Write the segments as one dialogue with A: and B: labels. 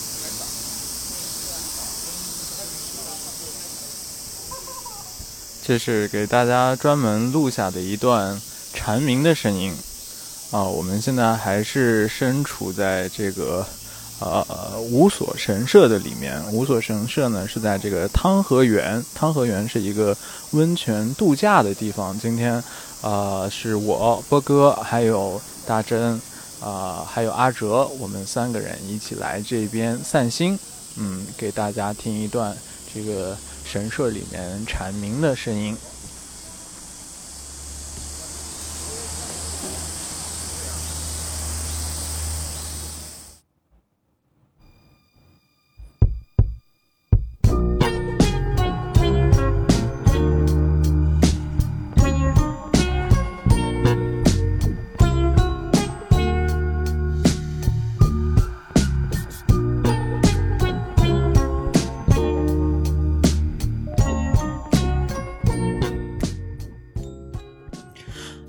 A: 这是给大家专门录下的一段蝉鸣的声音。啊，我们现在还是身处在这个呃五所神社的里面。五所神社呢是在这个汤和园，汤和园是一个温泉度假的地方。今天啊、呃是我波哥还有大真啊、还有阿哲，我们三个人一起来这边散心。嗯，给大家听一段这个神社里面蝉鸣的声音。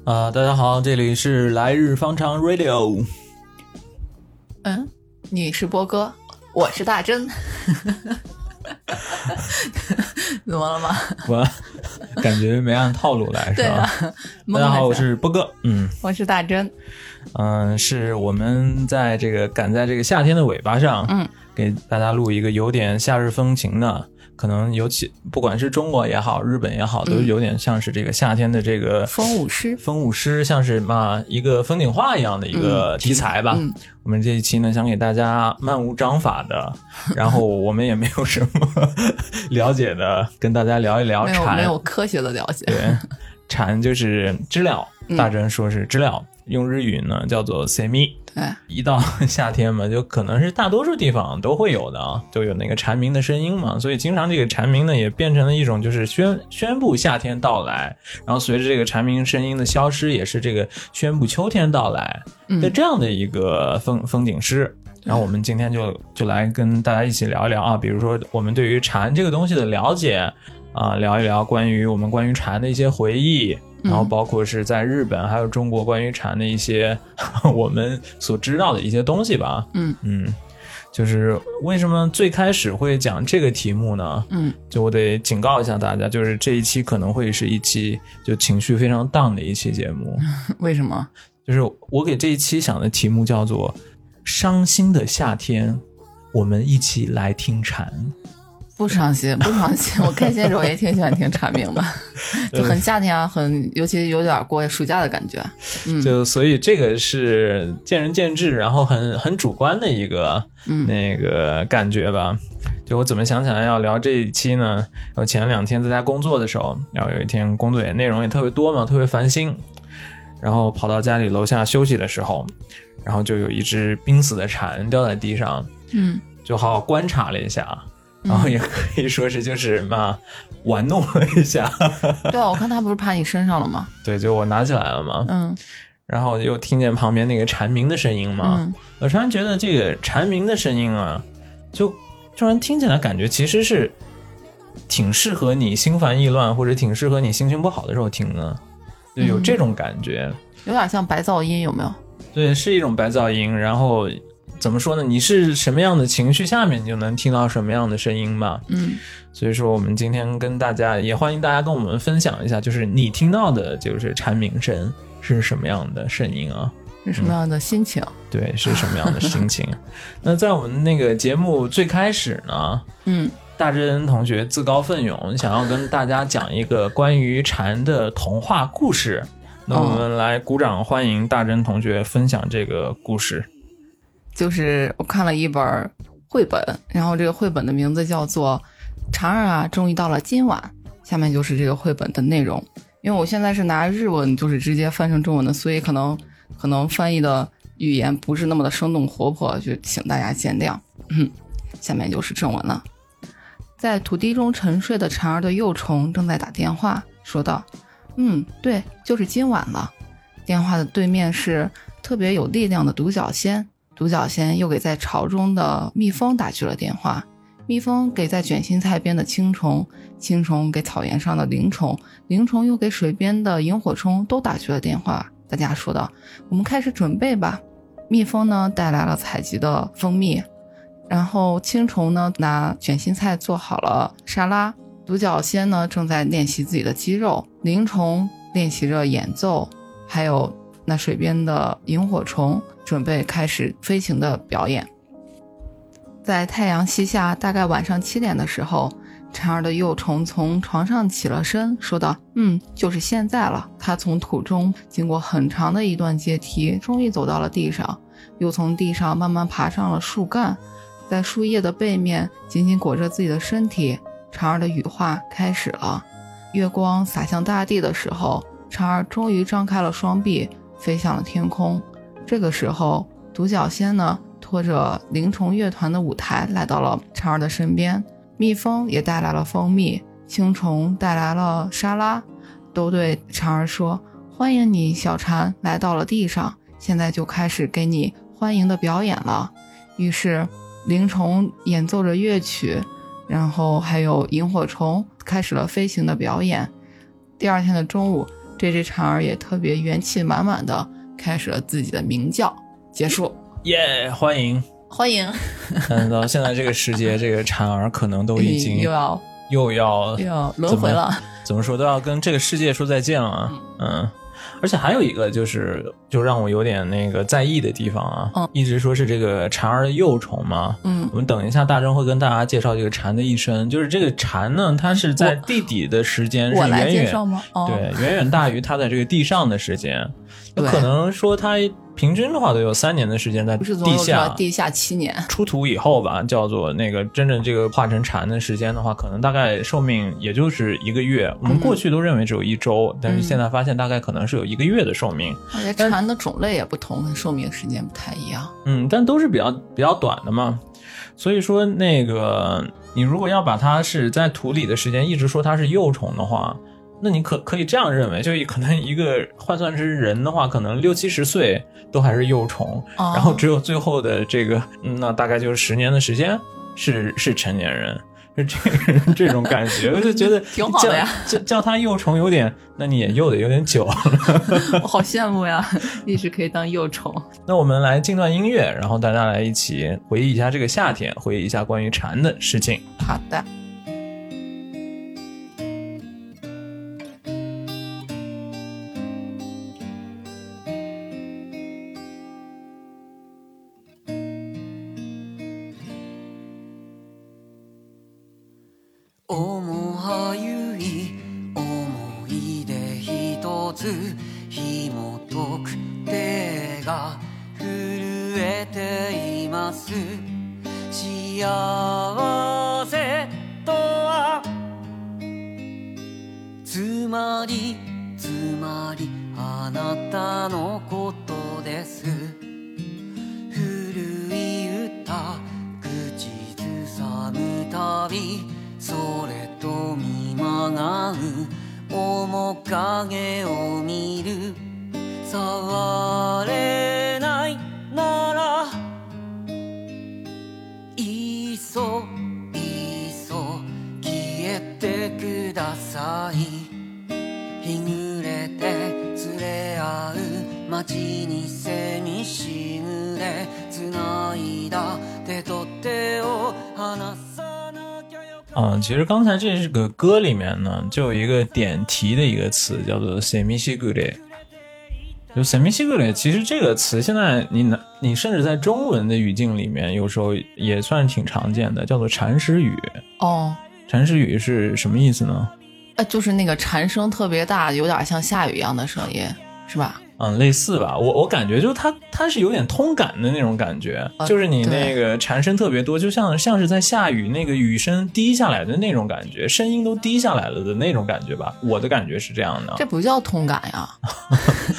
B: 啊、大家好，这里是来日方长 Radio。
C: 嗯，你是波哥，我是大真。 怎么了吗？
B: 我 感觉没按套路来，是
C: 对啊
B: 吧？，大家好，我是波哥。嗯
C: 我是大真。
B: 嗯、是我们在这个赶在这个夏天的尾巴上，
C: 嗯，
B: 给大家录一个有点夏日风情的，可能尤其不管是中国也好，日本也好，都
C: 嗯
B: 有点像是这个夏天的这个
C: 风舞师
B: 风舞师像是嘛一个风景画一样的一个题材吧。
C: 嗯
B: 我们这一期呢，想给大家漫无章法的，然后我们也没有什么 了解的，跟大家聊一聊
C: 没有没
B: 蝉。
C: 有科学的了解。
B: 对，蝉就是知了，
C: 嗯
B: 大真说是知了，用日语呢叫做 semi。
C: 对，
B: 一到夏天嘛，就可能是大多数地方都会有的啊，就有那个蝉鸣的声音嘛，所以经常这个蝉鸣呢也变成了一种就是宣宣布夏天到来，然后随着这个蝉鸣声音的消失，也是这个宣布秋天到来
C: 嗯
B: 的这样的一个风风景诗。然后我们今天就就来跟大家一起聊一聊啊，比如说我们对于蝉这个东西的了解啊、聊一聊关于我们关于蝉的一些回忆，然后
C: 嗯
B: 包括是在日本还有中国关于蝉的一些 我们所知道的一些东西吧。
C: 嗯
B: 嗯，就是为什么最开始会讲这个题目呢？
C: 嗯
B: 就我得警告一下大家，就是这一期可能会是一期就情绪非常 down 的一期节目。
C: 为什么？
B: 就是我给这一期想的题目叫做“伤心的夏天”，我们一起来听蝉。
C: 不伤心，不伤心。我开心的时候也挺喜欢听蝉鸣 的，就很夏天啊，很尤其有点过暑假的感觉。嗯
B: 就所以这个是见仁见智，然后很很主观的一个
C: 嗯
B: 那个感觉吧。就我怎么想起来要聊这一期呢？我前两天在家工作的时候，然后有一天工作也内容也特别多嘛，特别烦心，然后跑到家里楼下休息的时候，然后就有一只濒死的蝉掉在地上，
C: 嗯
B: 就好好观察了一下，然后也可以说是就是嘛玩弄了一下，
C: 对啊，我看他不是趴你身上了吗？
B: 对，就我拿起来了嘛，
C: 嗯
B: 然后又听见旁边那个蝉鸣的声音嘛，
C: 嗯
B: 我突然觉得这个蝉鸣的声音啊，就突然听起来感觉其实是挺适合你心烦意乱或者挺适合你心情不好的时候听的，就有这种感觉。
C: 有点像白噪音，有没有？
B: 对，是一种白噪音。然后怎么说呢？你是什么样的情绪下面，你就能听到什么样的声音嘛。
C: 嗯
B: 所以说，我们今天跟大家也欢迎大家跟我们分享一下，就是你听到的就是蝉鸣声是什么样的声音啊？
C: 是什么样的心情？
B: 对，是什么样的心情？啊 那在我们那个节目最开始呢，
C: 嗯，
B: 大真同学自告奋勇，想要跟大家讲一个关于蝉的童话故事。那我们来鼓掌欢迎大真同学分享这个故事。
C: 就是我看了一本儿绘本，然后这个绘本的名字叫做《蝉儿啊，终于到了今晚》。下面就是这个绘本的内容，因为我现在是拿日文，就是直接翻成中文的，所以可能可能翻译的语言不是那么的生动活泼，就请大家见谅。嗯，下面就是正文了。在土地中沉睡的蝉儿的幼虫正在打电话，说道：“嗯，对，就是今晚了。”电话的对面是特别有力量的独角仙，独角仙又给在巢中的蜜蜂打去了电话，蜜蜂给在卷心菜边的青虫，青虫给草原上的灵虫，灵虫又给水边的萤火虫都打去了电话。大家说道：“我们开始准备吧。”蜜蜂呢带来了采集的蜂蜜，然后青虫呢拿卷心菜做好了沙拉，独角仙呢正在练习自己的肌肉，灵虫练习着演奏，还有那水边的萤火虫准备开始飞行的表演。在太阳西下，大概晚上七点的时候，蝉儿的幼虫从床上起了身，说道：“嗯，就是现在了。”它从土中经过很长的一段阶梯，终于走到了地上，又从地上慢慢爬上了树干，在树叶的背面紧紧裹着自己的身体。蝉儿的羽化开始了。月光洒向大地的时候，蝉儿终于张开了双臂，飞向了天空。这个时候，独角仙呢拖着灵虫乐团的舞台来到了蝉儿的身边，蜜蜂也带来了蜂蜜，青虫带来了沙拉，都对蝉儿说：“欢迎你，小蝉来到了地上，现在就开始给你欢迎的表演了。”于是，灵虫演奏着乐曲，然后还有萤火虫开始了飞行的表演。第二天的中午，这只蝉儿也特别元气满满的开始了自己的鸣叫。结束，
B: 耶、欢迎！
C: 欢迎，
B: 嗯，到现在这个时节，这个蝉儿可能都已经
C: 又要
B: 哎又要
C: 又要轮回了。
B: 怎么说都要跟这个世界说再见了。嗯，而且还有一个就是，就让我有点那个在意的地方啊，
C: 嗯
B: 一直说是这个蝉儿的幼虫嘛。
C: 嗯
B: 我们等一下，大正会跟大家介绍这个蝉的一生。就是这个蝉呢，它是在地底的时间是
C: 我来
B: 远
C: 介
B: 远
C: 绍吗？哦，
B: 对，远远大于它在这个地上的时间。有
C: 对
B: 可能说它平均的话都有三年的时间在
C: 不是总有
B: 地下。
C: 地下七年，
B: 出土以后吧，叫做那个真正这个化成蝉的时间的话，可能大概寿命也就是一个月。
C: 嗯
B: 我们过去都认为只有一周，但是现在发现大概可能是有一个月的寿命。
C: 而且蝉的种类也不同，寿命时间不太一样。
B: 嗯，但都是比较比较短的嘛。所以说，那个你如果要把它是在土里的时间一直说它是幼虫的话，那你可可以这样认为，就可能一个换算是人的话，可能六七十岁都还是幼虫，
C: 哦
B: 然后只有最后的这个，嗯那大概就是十年的时间是是成年人。是这个这种感 觉，我就觉得
C: 挺好的呀
B: 叫叫叫它幼虫有点，那你也幼的有点久了。
C: 我 好羡慕呀，一直可以当幼虫。
B: 那我们来进段音乐，然后大家来一起回忆一下这个夏天，回忆一下关于蝉的事情。
C: 好的，
D: おはゆい思い出一つ紐解く手が震えています幸せとはつまりつまりあなたのことです古い歌口ずさむたびそれと見まがう面影を見る触れないならいっそいっそ消えてください日暮れて連れ合う街にせみしぐれ繋いだ手と手を離さなきゃよか
E: 啊
B: 嗯，其实刚才这个歌里面呢，就有一个点题的一个词，叫做 “semishigure”。就 “semishigure”，其实这个词现在你拿你甚至在中文的语境里面，有时候也算挺常见的，叫做禅师语。
C: 哦，
B: 禅师语是什么意思呢？
C: 呃，就是那个蝉声特别大，有点像下雨一样的声音，是吧？
B: 嗯，类似吧，我我感觉就是它它是有点通感的那种感觉，
C: 啊
B: 就是你那
C: 对
B: 个蝉声特别多，就像像是在下雨，那个雨声滴下来的那种感觉，声音都滴下来了的那种感觉吧，我的感觉是这样的，
C: 这不叫通感呀。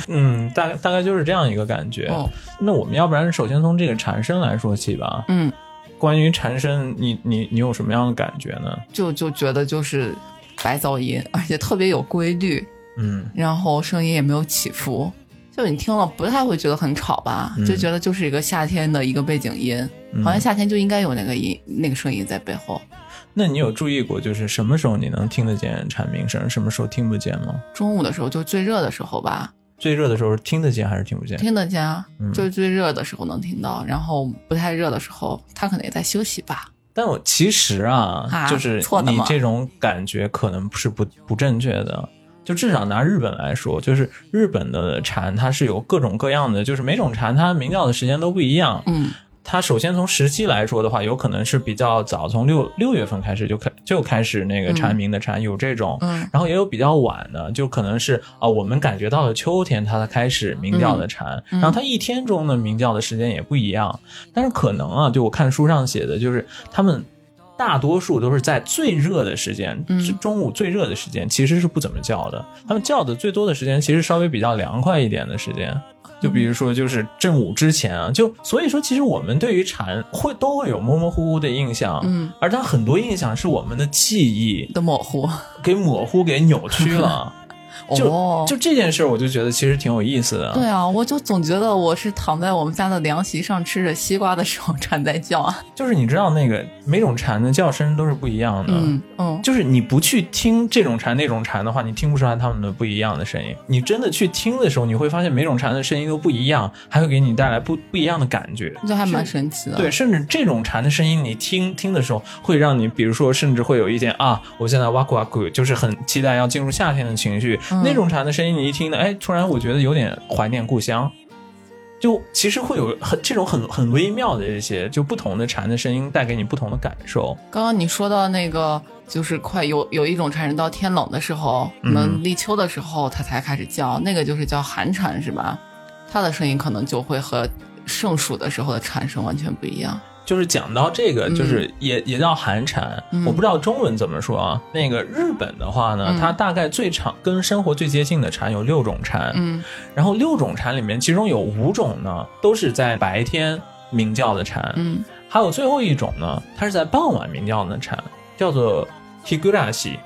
B: 嗯，大大概就是这样一个感觉。
C: 哦，
B: 那我们要不然首先从这个蝉声来说起吧。
C: 嗯，
B: 关于蝉声，你你你有什么样的感觉呢？
C: 就就觉得就是白噪音，而且特别有规律，
B: 嗯
C: 然后声音也没有起伏，就你听了不太会觉得很吵吧，
B: 嗯
C: 就觉得就是一个夏天的一个背景音，
B: 嗯
C: 好像夏天就应该有那个音那个声音在背后。
B: 那你有注意过，就是什么时候你能听得见蝉鸣声，什么时候听不见吗？
C: 中午的时候就最热的时候吧，
B: 最热的时候是听得见还是听不见？
C: 听得见啊
B: 嗯，
C: 就是最热的时候能听到，然后不太热的时候，它可能也在休息吧。
E: 但我其实啊，
C: 啊
E: 就是
C: 错的
E: 你
C: 吗
E: 这种感觉可能是不不正确的。就至少拿日本来说，就是日本的禅，它是有各种各样的，就是每种禅它鸣叫的时间都不一样。
C: 嗯
E: 它首先从时期来说的话，有可能是比较早，从六六月份开始就开就开始那个蝉鸣的蝉有这种，
C: 嗯
E: 然后也有比较晚的，就可能是啊、我们感觉到了秋天它才开始鸣叫的蝉，
C: 嗯
E: 然后它一天中的鸣叫的时间也不一样，但是可能啊，就我看书上写的，就是他们。大多数都是在最热的时间，
C: 嗯
E: 是中午最热的时间，其实是不怎么叫的。他们叫的最多的时间，其实稍微比较凉快一点的时间。就
C: 嗯
E: 比如说，就是正午之前啊，就所以说，其实我们对于蝉会都会有模模糊糊的印象，
C: 嗯
E: 而它很多印象是我们的记忆
C: 的模糊。
E: 给模糊、给扭曲了。就、
C: 哦
E: 就这件事，我就觉得其实挺有意思的。
C: 对啊，我就总觉得我是躺在我们家的凉席上吃着西瓜的时候 蝉在叫啊。
E: 就是你知道那个每种蝉的叫声都是不一样的。
C: 嗯嗯，
E: 就是你不去听这种蝉那种蝉的话，你听不出来它们的不一样的声音。你真的去听的时候，你会发现每种蝉的声音都不一样，还会给你带来不不一样的感觉。
C: 就还蛮神奇的。
E: 对，，甚至这种蝉的声音，你听听的时候，会让你，比如说，甚至会有一点啊，我现在哇咕哇咕，就是很期待要进入夏天的情绪。
C: 嗯
E: 那种蝉的声音，你一听呢，哎，突然我觉得有点怀念故乡。就其实会有很这种很很微妙的一些，就不同的蝉的声音带给你不同的感受。
C: 刚刚你说到那个，就是快有有一种蝉是到天冷的时候，我
E: 嗯
C: 们立秋的时候它才开始叫，那个就是叫寒蝉是吧？它的声音可能就会和盛暑的时候的蝉声完全不一样。
E: 就是讲到这个，
C: 嗯
E: 就是也、也叫寒蝉，
C: 嗯
E: 我不知道中文怎么说啊。那个日本的话呢，
C: 嗯
E: 它大概最常跟生活最接近的蝉有六种蝉，
C: 嗯
E: 然后六种蝉里面，其中有五种呢都是在白天鸣叫的蝉，
C: 嗯
E: 还有最后一种呢，它是在傍晚鸣叫的蝉，叫做 higurashi，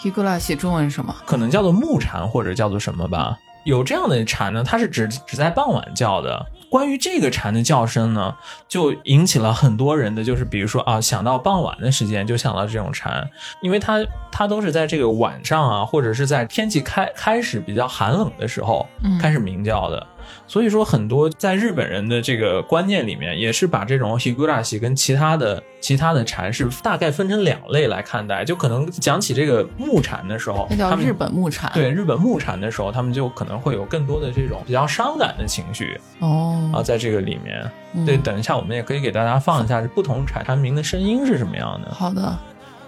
C: ，higurashi 中文是什么？
E: 可能叫做木蝉或者叫做什么吧。有这样的蝉呢，它是只只在傍晚叫的。关于这个蝉的叫声呢，就引起了很多人的，就是比如说啊，想到傍晚的时间就想到这种蝉，因为它它都是在这个晚上啊，或者是在天气开开始比较寒冷的时候
C: 嗯
E: 开始鸣叫的。所以说，很多在日本人的这个观念里面，也是把这种 higurashi 跟其他的其他的蝉是大概分成两类来看待。就可能讲起这个木蝉的时候，
C: 那叫
E: 他们
C: 日本木蝉。
E: 对日本木蝉的时候，他们就可能会有更多的这种比较伤感的情绪啊，
C: 哦，
E: 在这个里面。
C: 嗯
E: 对，等一下我们也可以给大家放一下不同蝉蝉鸣的声音是什么样的。
C: 好的。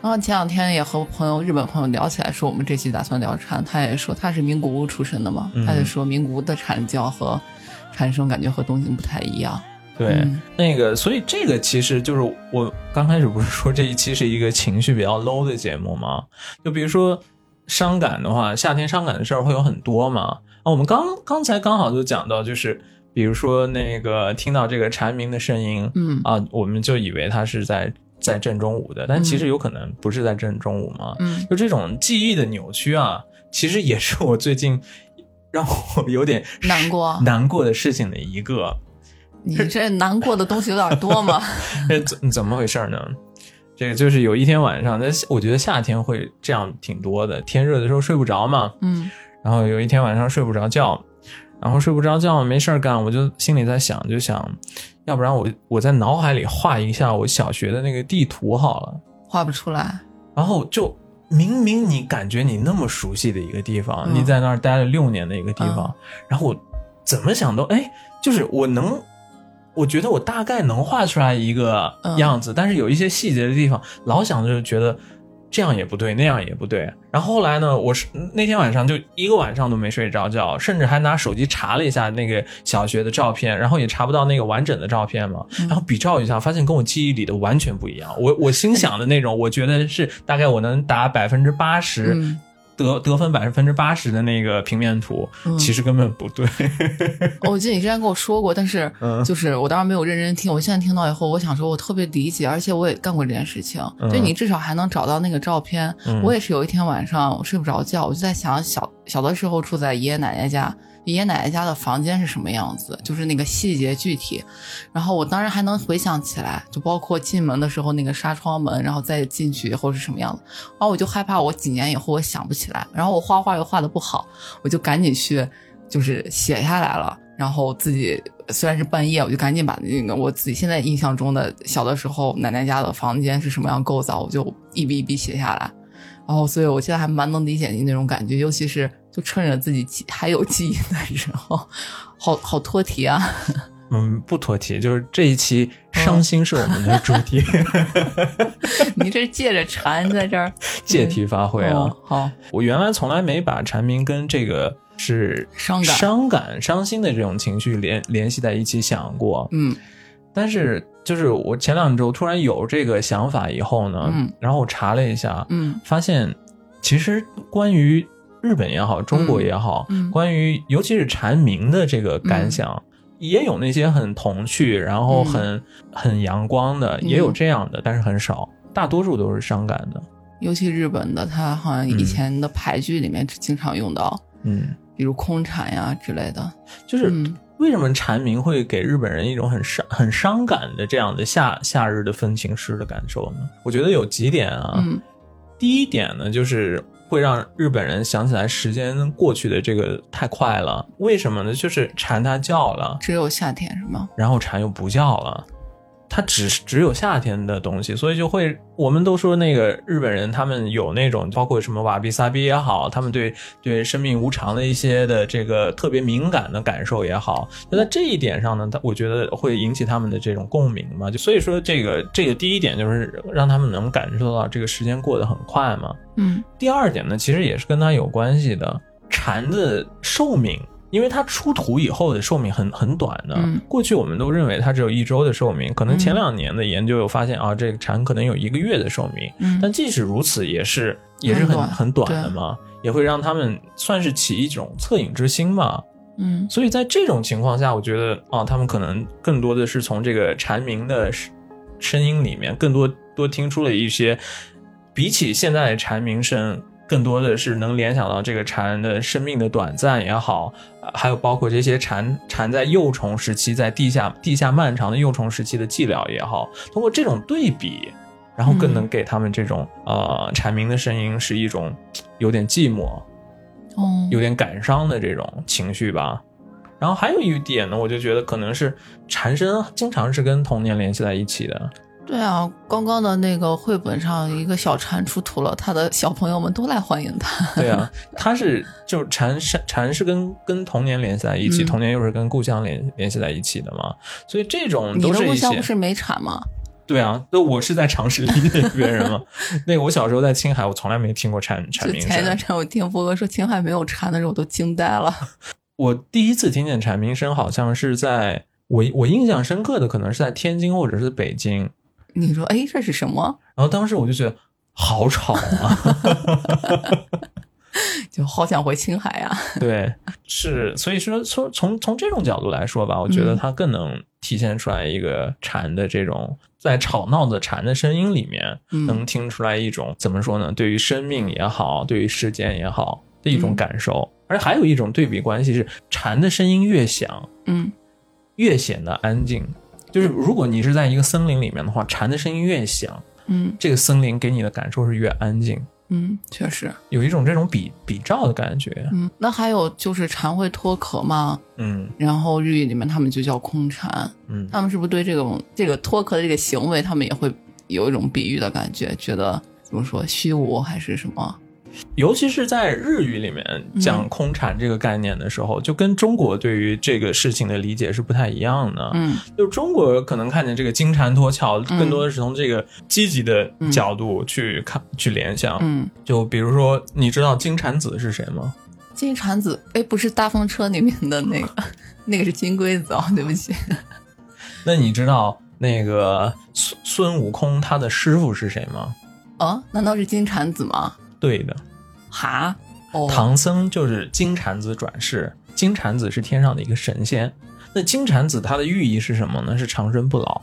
C: 然后前两天也和朋友日本朋友聊起来，说我们这期打算聊蝉，他也说他是名古屋出身的嘛，
E: 嗯
C: 他就说名古屋的蝉叫和蝉声感觉和东京不太一样。
E: 对，
C: 嗯
E: 那个，所以这个其实就是我刚开始不是说这一期是一个情绪比较 low 的节目吗？就比如说伤感的话，夏天伤感的事儿会有很多嘛。啊，我们刚刚才刚好就讲到，就是比如说那个听到这个蝉鸣的声音，
C: 嗯
E: 啊，我们就以为它是在在正中午的，但其实有可能不是在正中午嘛。
C: 嗯
E: 就这种记忆的扭曲啊，其实也是我最近让我有点
C: 难过
E: 难过的事情的一个。
C: 你这难过的东西有点多嘛？
E: 这怎怎么回事儿呢？这个就是有一天晚上，那我觉得夏天会这样挺多的。天热的时候睡不着嘛，
C: 嗯
E: 然后有一天晚上睡不着觉，然后睡不着觉没事儿干，我就心里在想，就想，要不然我我在脑海里画一下我小学的那个地图好了。
C: 画不出来。
E: 然后就明明你感觉你那么熟悉的一个地方，
C: 嗯
E: 你在那儿待了六年的一个地方，然后我怎么想都哎，就是我能，我觉得我大概能画出来一个
C: 嗯
E: 样子，但是有一些细节的地方，老想着就觉得。这样也不对，那样也不对。然后后来呢，我是那天晚上就一个晚上都没睡着觉，甚至还拿手机查了一下那个小学的照片，然后也查不到那个完整的照片嘛。
C: 嗯
E: 然后比照一下，发现跟我记忆里的完全不一样。我我心想的那种，我觉得是大概我能达百分之八十
C: 嗯
E: 得得分百分之八十的那个平面图，
C: 嗯
E: 其实根本不对。
C: 哦我记得你之前跟我说过，但是
E: 嗯
C: 就是我当时没有认真听。我现在听到以后，我想说，我特别理解，而且我也干过这件事情。
E: 嗯
C: 就你至少还能找到那个照片。
E: 嗯
C: 我也是有一天晚上我睡不着觉，我就在想小小的时候住在爷爷奶奶家，爷爷奶奶家的房间是什么样子，就是那个细节具体。然后我当然还能回想起来，就包括进门的时候那个纱窗门，然后再进去以后是什么样子。然后我就害怕我几年以后我想不起来，然后我画画又画的不好，我就赶紧去就是写下来了。然后自己虽然是半夜，我就赶紧把那个我自己现在印象中的小的时候奶奶家的房间是什么样构造，我就一笔一笔写下来。然后，所以我现在还蛮能理解你那种感觉，尤其是就趁着自己记还有记忆的时候，好好脱题啊！
E: 嗯，不脱题，就是这一期伤心是我们的主 题，
C: 你这借着馋在这儿
E: 借题发挥啊。
C: 哦好，
E: 我原来从来没把蝉鸣跟这个是
C: 伤感
E: 伤感、伤心的这种情绪联联系在一起想过。
C: 嗯
E: 但是就是我前两周突然有这个想法以后呢，
C: 嗯
E: 然后我查了一下，
C: 嗯
E: 发现其实关于日本也好，中国也好，
C: 嗯
E: 关于尤其是蝉鸣的这个感想。也有那些很童趣，然后很、
C: 嗯
E: 很阳光的，也有这样的，但是很少，大多数都是伤感的。
C: 尤其日本的，它好像以前的牌剧里面经常用到，
E: 嗯，
C: 比如空产呀之类的。
E: 就是
C: 嗯
E: 为什么蝉鸣会给日本人一种很伤、很伤感的这样的夏夏日的风情诗的感受呢？我觉得有几点啊，
C: 嗯
E: 第一点呢，就是会让日本人想起来时间过去的这个太快了。为什么呢？就是蝉它叫了，
C: 只有夏天是吗？
E: 然后蝉又不叫了。它只只有夏天的东西，所以就会我们都说那个日本人，他们有那种包括什么瓦比萨比也好，他们对对生命无常的一些的这个特别敏感的感受也好，那在这一点上呢，他我觉得会引起他们的这种共鸣嘛。就所以说，这个这个第一点就是让他们能感受到这个时间过得很快嘛。
C: 嗯
E: 第二点呢，其实也是跟它有关系的，蝉的寿命，因为它出土以后的寿命很很短的。
C: 嗯
E: 过去我们都认为它只有一周的寿命，可能前两年的研究有发现、啊，这个蝉可能有一个月的寿命，
C: 嗯，
E: 但即使如此，也是也是很
C: 很短
E: 很短的
C: 对
E: 嘛，也会让他们算是起一种恻隐之心嘛。
C: 嗯
E: 所以在这种情况下，我觉得啊，他们可能更多的是从这个蝉鸣的声声音里面，更多多听出了一些，比起现在的蝉鸣声，更多的是能联想到这个蝉的生命的短暂也好，呃还有包括这些蝉蝉在幼虫时期，在地下地下漫长的幼虫时期的寂寥也好，通过这种对比。然后更能给他们这种、呃蝉鸣的声音是一种有点寂寞，
C: 哦，
E: 有点感伤的这种情绪吧。然后还有一点呢，我就觉得可能是蝉声经常是跟童年联系在一起的。
C: 对啊，刚刚的那个绘本上，一个小蝉出土了，他的小朋友们都来欢迎他。
E: 对 啊，它是就是蝉是蝉是跟跟童年联系在一起，
C: 嗯
E: 童年又是跟故乡联联系在一起的嘛。所以这种嗯
C: 你
E: 都
C: 的
E: 是
C: 故
E: 一
C: 乡
E: 些
C: 不是没产 吗？
E: 对啊，那我是在常识理解别人嘛。那个我小时候在青海，我从来没听过蝉蝉
C: 就
E: 鸣
C: 前一段
E: 声
C: 时。间我听波哥说青海没有蝉的时候，我都惊呆 了。
E: 我第一次听见蝉鸣声，好像是在我我印象深刻的，可能是在天津或者是北京。
C: 你说，哎，这是什么？
E: 然后当时我就觉得好吵啊，
C: 就好想回青海啊呀、
E: 对，是，所以说说从从这种角度来说吧，我觉得
C: 嗯
E: 它更能体现出来一个蝉的这种在吵闹的蝉的声音里面，
C: 嗯
E: 能听出来一种怎么说呢？对于生命也好，对于时间也好的一种
C: 嗯
E: 感受，而且还有一种对比关系是，蝉的声音越响，
C: 嗯，
E: 越显得安静。就是如果你是在一个森林里面的话，蝉的声音越响，
C: 嗯
E: 这个森林给你的感受是越安静。
C: 嗯，确实。
E: 有一种这种比比照的感觉。
C: 嗯，那还有就是蝉会脱壳嘛，
E: 嗯
C: 然后日语里面他们就叫空蝉，
E: 嗯，
C: 他们是不是对这种这个脱壳的这个行为，他们也会有一种比喻的感觉，觉得怎么说虚无还是什么？
E: 尤其是在日语里面讲空产这个概念的时候，就跟中国对于这个事情的理解是不太一样的。
C: 嗯
E: 就是中国可能看见这个金蝉脱壳，
C: 嗯
E: 更多的是从这个积极的角度去看、去联想。
C: 嗯，
E: 就比如说，你知道金蝉子是谁吗？
C: 金蝉子，哎，不是大风车里面的那个， 那个是金龟子哦，对不 起。
E: 那你知道那个孙孙悟空他的师傅是谁吗？
C: 啊，难道是金蝉子吗？
E: 对的，
C: 哈，哦，
E: 唐僧就是金蝉子转世，金蝉子是天上的一个神仙。那金蝉子它的寓意是什么呢？是长生不老。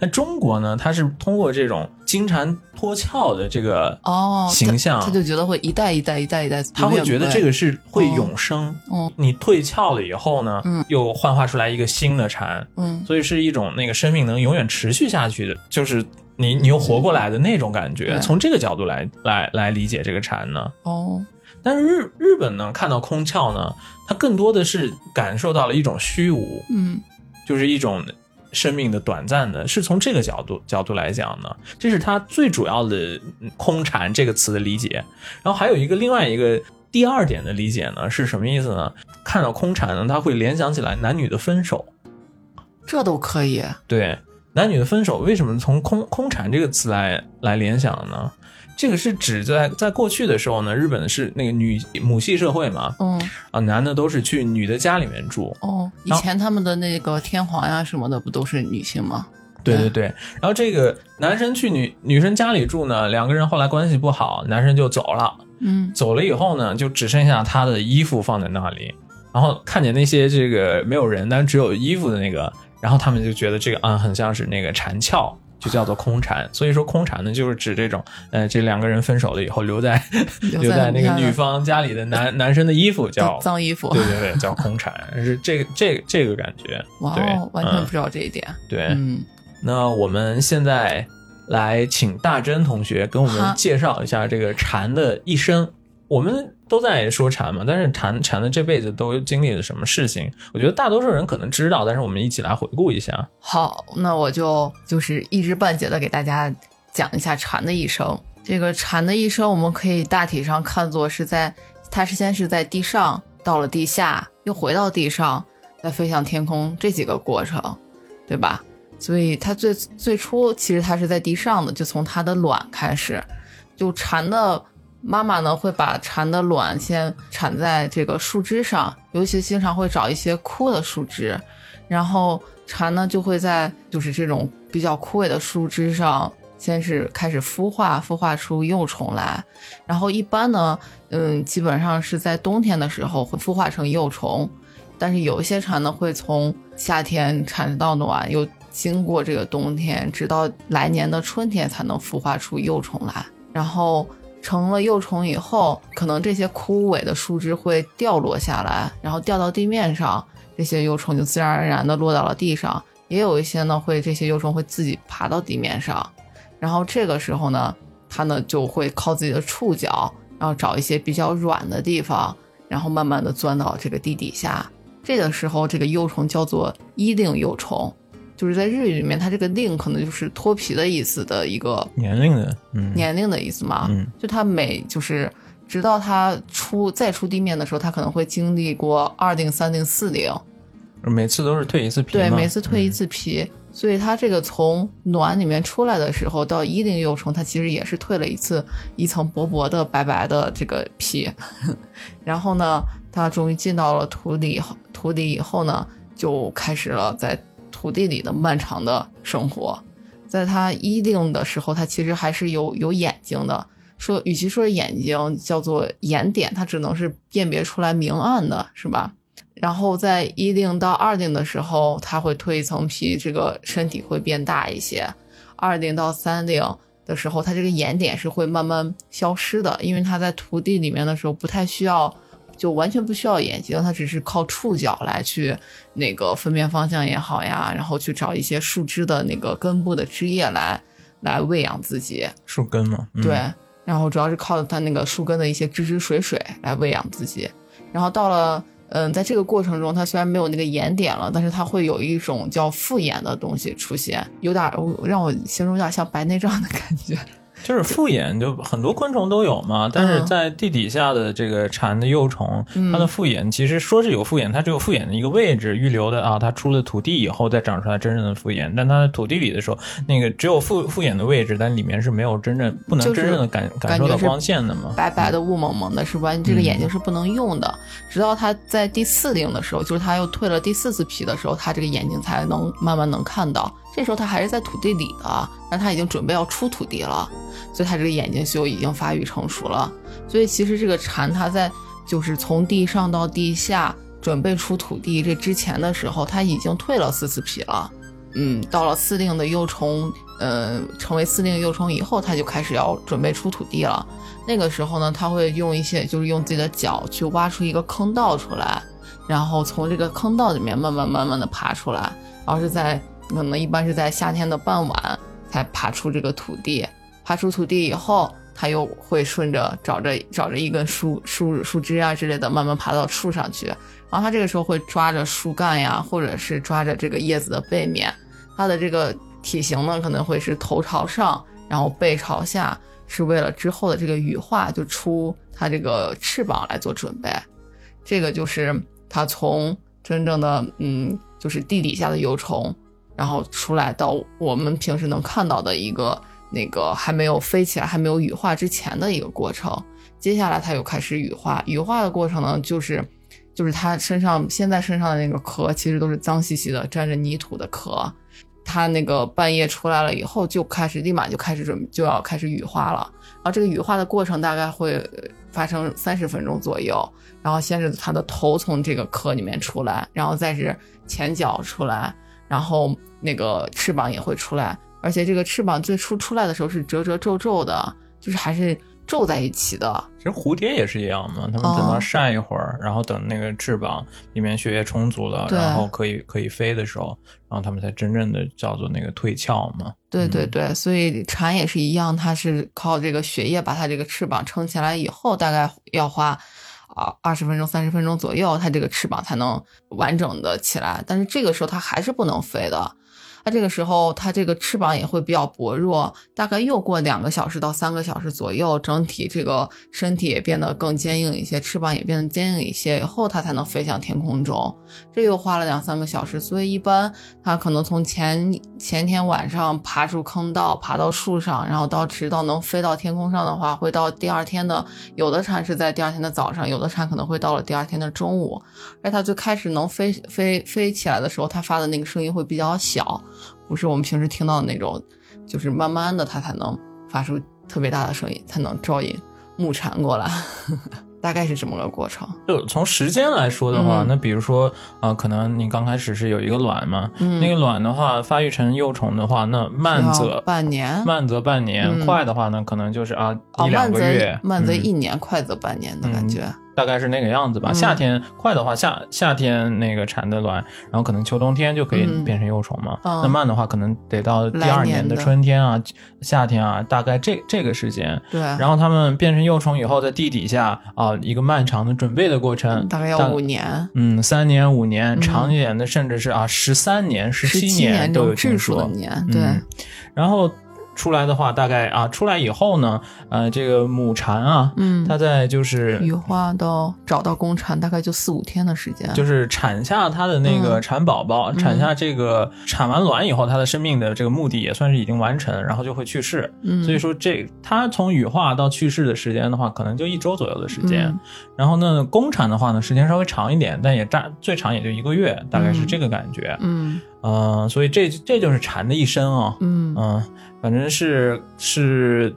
E: 那中国呢，它是通过这种金蝉脱壳的这个
C: 哦，
E: 形象，
C: 他就觉得会一代一代一代一代，
E: 他会觉得这
C: 个，
E: 个是会永生。
C: 哦
E: 你退壳了以后呢，
C: 嗯
E: 又幻化出来一个新的蝉，
C: 嗯
E: 所以是一种那个生命能永远持续下去的，就是你你又活过来的那种感觉，
C: 对
E: 从这个角度来来来理解这个禅呢。
C: 哦，
E: 但是日日本呢，看到空壳呢，它更多的是感受到了一种虚无，
C: 嗯，
E: 就是一种生命的短暂的，是从这个角度角度来讲呢，这是它最主要的嗯“空禅”这个词的理解。然后还有一个另外一个第二点的理解呢，是什么意思呢？看到空禅呢，它会联想起来男女的分手。
C: 这都可以，
E: 对，男女的分手为什么从空“空产”这个词来来联想呢？这个是指在在过去的时候呢，日本是那个女母系社会嘛，
C: 嗯
E: 啊，男的都是去女的家里面住，
C: 哦，以
E: 然后
C: 前他们的那个天皇呀什么的，不都是女性吗？
E: 对对对。然后这个男生去女女生家里住呢，两个人后来关系不好，男生就走了，
C: 嗯，
E: 走了以后呢，就只剩下他的衣服放在那里，然后看见那些这个没有人，但是只有衣服的那个，然后他们就觉得这个啊很像是那个禅鞘，就叫做空禅。所以说空禅呢，就是指这种呃这两个人分手了以后留在
C: 留在
E: 留在那个
C: 人家的
E: 女方家里的男男生的衣服叫
C: 脏脏衣服
E: 对对对，叫空禅，是这个这个这个感觉。
C: 哇
E: 对
C: 哦，完全
E: 嗯
C: 不知道这一点。
E: 对，
C: 嗯，
E: 那我们现在来请大真同学跟我们
C: 好
E: 介绍一下这个蝉的一生。我们都在说蝉嘛，但是蝉蝉的这辈子都经历了什么事情？我觉得大多数人可能知道，但是我们一起来回顾一下。
C: 好，那我就就是一知半解的给大家讲一下蝉的一生。这个蝉的一生，我们可以大体上看作是在，它是先是在地上，到了地下，又回到地上，再飞向天空这几个过程，对吧？所以它最最初其实它是在地上的，就从它的卵开始，就蝉的妈妈呢会把蝉的卵先产在这个树枝上，尤其经常会找一些枯的树枝，然后蝉呢就会在就是这种比较枯萎的树枝上，先是开始孵化，孵化出幼虫来，然后一般呢，嗯，基本上是在冬天的时候会孵化成幼虫，但是有一些蝉呢会从夏天产到卵，又经过这个冬天，直到来年的春天才能孵化出幼虫来，然后。成了幼虫以后，可能这些枯萎的树枝会掉落下来，然后掉到地面上，这些幼虫就自然而然的落到了地上。也有一些呢，会这些幼虫会自己爬到地面上，然后这个时候呢，它呢就会靠自己的触角，然后找一些比较软的地方，然后慢慢的钻到这个地底下。这个时候，这个幼虫叫做衣令幼虫，就是在日语里面，它这个令可能就是脱皮的意思的一个
E: 年龄的，嗯，
C: 年龄的意思嘛。
E: 嗯
C: 就它每就是直到它出再出地面的时候，它可能会经历过二定、三定、四定，
E: 每次都是蜕一次皮嘛，
C: 啊
E: 嗯
C: 对，每次蜕一次皮，所以它这个从卵里面出来的时候到一定幼虫，它其实也是蜕了一次一层薄薄的白白的这个皮， 然后呢，它终于进到了土里以后，土里以后呢，就开始了在土地里的漫长的生活。在它一定的时候，它其实还是有有眼睛的。说，与其说是眼睛，叫做眼点，它只能是辨别出来明暗的，是吧？然后在一定到二定的时候，它会蜕一层皮，这个身体会变大一些。二定到三定的时候，它这个眼点是会慢慢消失的，因为它在土地里面的时候不太需要，就完全不需要眼睛，它只是靠触角来去那个分辨方向也好呀，然后去找一些树枝的那个根部的枝叶来来喂养自己。
E: 树根嘛，嗯
C: 对，然后主要是靠它那个树根的一些汁汁水水来喂养自己。然后到了，嗯，在这个过程中，它虽然没有那个眼点了，但是它会有一种叫复眼的东西出现，有点儿我让我形容有点像白内障的感觉。
E: 就是复眼，就很多昆虫都有嘛，但是在地底下的这个蝉的幼虫，
C: 嗯
E: 它的复眼其实说是有复眼，它只有复眼的一个位置预留的啊，它出了土地以后再长出来真正的复眼，但它在土地里的时候，那个只有复复眼的位置，但里面是没有真正不能
C: 就是
E: 真正的感感
C: 感
E: 受
C: 觉
E: 到
C: 是
E: 光线的嘛，
C: 白白的、雾蒙蒙的，是吧？你这个眼睛是不能用的。直到它在第四定的时候，就是它又蜕了第四次皮的时候，它这个眼睛才能慢慢能看到。这时候它还是在土地里的，但它已经准备要出土地了，所以它这个眼睛就已经发育成熟了。所以其实这个蝉，它在就是从地上到地下准备出土地这之前的时候，它已经蜕了四次皮了。嗯，到了四令的幼虫，呃，成为四令幼虫以后，它就开始要准备出土地了。那个时候呢，它会用一些，就是用自己的脚去挖出一个坑道出来，然后从这个坑道里面慢慢慢慢的爬出来，然后是在可能一般是在夏天的傍晚才才爬出这个土地。爬出土地以后，它又会顺着找着找着一根树树树枝啊之类的，慢慢爬到树上去。然后它这个时候会抓着树干呀，或者是抓着这个叶子的背面。它的这个体型呢，可能会是头朝上，然后背朝下，是为了之后的这个羽化就出它这个翅膀来做准备。这个就是它从真正的嗯，就是地底下的幼虫，然后出来到我们平时能看到的一个那个还没有飞起来、还没有羽化之前的一个过程。接下来它又开始羽化，羽化的过程呢，就是就是它身上现在身上的那个壳其实都是脏兮兮的、沾着泥土的壳。它那个半夜出来了以后，就开始立马就开始准就要开始羽化了。然后这个羽化的过程大概会呃发生三十分钟左右。然后先是它的头从这个壳里面出来，然后再是前脚出来，然后那个翅膀也会出来。而且这个翅膀最初出来的时候是折折皱皱的，就是还是皱在一起的。
E: 其实蝴蝶也是一样嘛，它们
C: 哦
E: 等到晒一会儿，然后等那个翅膀里面血液充足了，
C: 对
E: 然后可以可以飞的时候，然后它们才真正的叫做那个蜕壳嘛。
C: 对对
E: 嗯
C: 对，所以蝉也是一样，它是靠这个血液把它这个翅膀撑起来以后，大概要花啊二十分钟、三十分钟左右，它这个翅膀才能完整的起来。但是这个时候它还是不能飞的，它这个时候它这个翅膀也会比较薄弱，大概又过两个小时到三个小时左右，整体这个身体也变得更坚硬一些，翅膀也变得坚硬一些，以后它才能飞向天空中。这又花了两三个小时，所以一般它可能从前前天晚上爬出坑道，爬到树上，然后到直到能飞到天空上的话，会到第二天的，有的蝉是在第二天的早上，有的蝉可能会到了第二天的中午。而它最开始能飞飞飞起来的时候，它发的那个声音会比较小，不是我们平时听到的那种，就是慢慢的它才能发出特别大的声音，才能招引木蝉过来， 大概是这么个过程。
E: 就从时间来说的话，
C: 嗯
E: 那比如说啊、呃可能你刚开始是有一个卵嘛，
C: 嗯，
E: 那个卵的话发育成幼虫的话，那慢
C: 要
E: 则
C: 半年
E: 慢则半年，
C: 嗯
E: 快的话呢，可能就是啊
C: 哦，
E: 一两
C: 慢
E: 个月
C: 则，慢则
E: 嗯
C: 一年，快则半年的感觉。
E: 大概是那个样子吧。
C: 嗯
E: 夏天快的话，夏夏天那个产的卵，然后可能秋冬天就可以
C: 嗯
E: 变成幼虫嘛。
C: 嗯
E: 那慢的话，可能得到第二
C: 来年
E: 年
C: 的啊
E: 的春天啊、夏天啊，大概这这个时间。
C: 对，
E: 然后它们变成幼虫以后，在地底下啊、一个漫长的准备的过程，
C: 嗯大概要五。年，
E: 嗯，三年、五年，
C: 嗯
E: 长一点的甚至是啊，十三年、十
C: 十
E: 七
C: 年这
E: 都有
C: 种质
E: 听
C: 数
E: 说。
C: 的年，对，
E: 嗯然后出来的话，大概啊，出来以后呢，呃，这个母蝉啊，
C: 嗯，
E: 它在就是
C: 羽化到找到公产大概就四五天的时间，
E: 就是产下它的那个
C: 嗯
E: 产宝宝，产下这个产完卵以后，它的生命的这个目的也算是已经完成，然后就会去世。
C: 嗯，
E: 所以说这它从羽化到去世的时间的话，可能就一周左右的时间。
C: 嗯
E: 然后呢，公产的话呢，时间稍微长一点，但也大最长也就一个月，大概是
C: 嗯
E: 这个感觉。
C: 嗯
E: 嗯、所以这这就是蝉的一生啊、
C: 嗯
E: 嗯，反正是是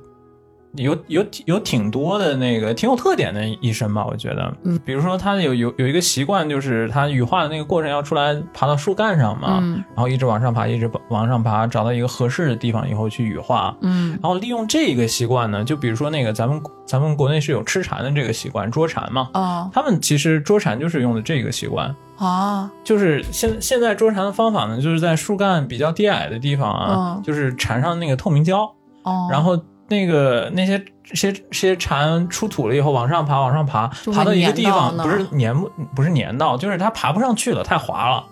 E: 有有有挺多的那个挺有特点的医生吧，我觉得，
C: 嗯，
E: 比如说他有有有一个习惯，就是他羽化的那个过程要出来爬到树干上嘛，
C: 嗯
E: 然后一直往上爬，一直往上爬，找到一个合适的地方以后去羽化。
C: 嗯
E: 然后利用这个习惯呢，就比如说那个咱们咱们国内是有吃蝉的这个习惯，捉蝉嘛，
C: 哦
E: 他们其实捉蝉就是用的这个习惯，
C: 啊
E: 就是现现在捉蝉的方法呢，就是在树干比较低矮的地方啊，
C: 嗯
E: 就是缠上那个透明胶，
C: 哦，
E: 然后那个那些这些这些蝉出土了以后往上爬，往上爬，
C: 就会
E: 爬到一个地
C: 粘
E: 方
C: 到那
E: 不
C: 儿
E: 是粘不不是粘到，就是它爬不上去了，太滑了，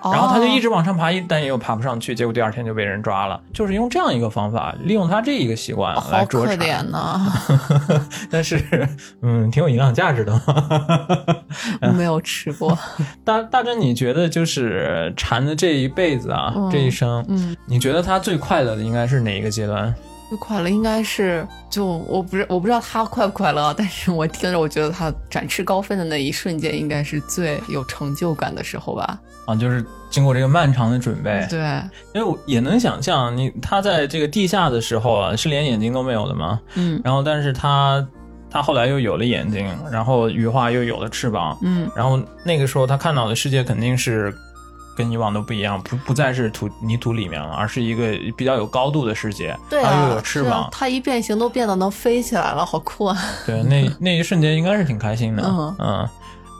C: 哦
E: 然后它就一直往上爬，一但也有爬不上去，结果第二天就被人抓了，就是用这样一个方法，利用它这一个习惯
C: 哦
E: 来
C: 好
E: 捉
C: 可
E: 蝉。
C: 怜呐，
E: 但是嗯，挺有营养价值的嘛。
C: 没有吃过，
E: 大大真，你觉得就是蝉的这一辈子啊，
C: 嗯
E: 这一生，
C: 嗯，
E: 你觉得它最快乐的应该是哪一个阶段？
C: 最快乐应该是就我不是我不知道他快不快乐，但是我听着我觉得他展翅高飞的那一瞬间应该是最有成就感的时候吧，
E: 啊，就是经过这个漫长的准备，
C: 对，
E: 因为我也能想象你它在这个地下的时候啊，是连眼睛都没有的嘛。
C: 嗯
E: 然后，但是它它后来又有了眼睛，然后羽化又有了翅膀，
C: 嗯。
E: 然后那个时候它看到的世界肯定是跟以往都不一样，不不再是土泥土里面了，而是一个比较有高度的世界，
C: 对
E: 然
C: 啊，
E: 后又有翅
C: 是啊
E: 膀，
C: 它一变形都变得能飞起来了，好酷啊！
E: 对，那那一瞬间应该是挺开心的。
C: 嗯
E: 嗯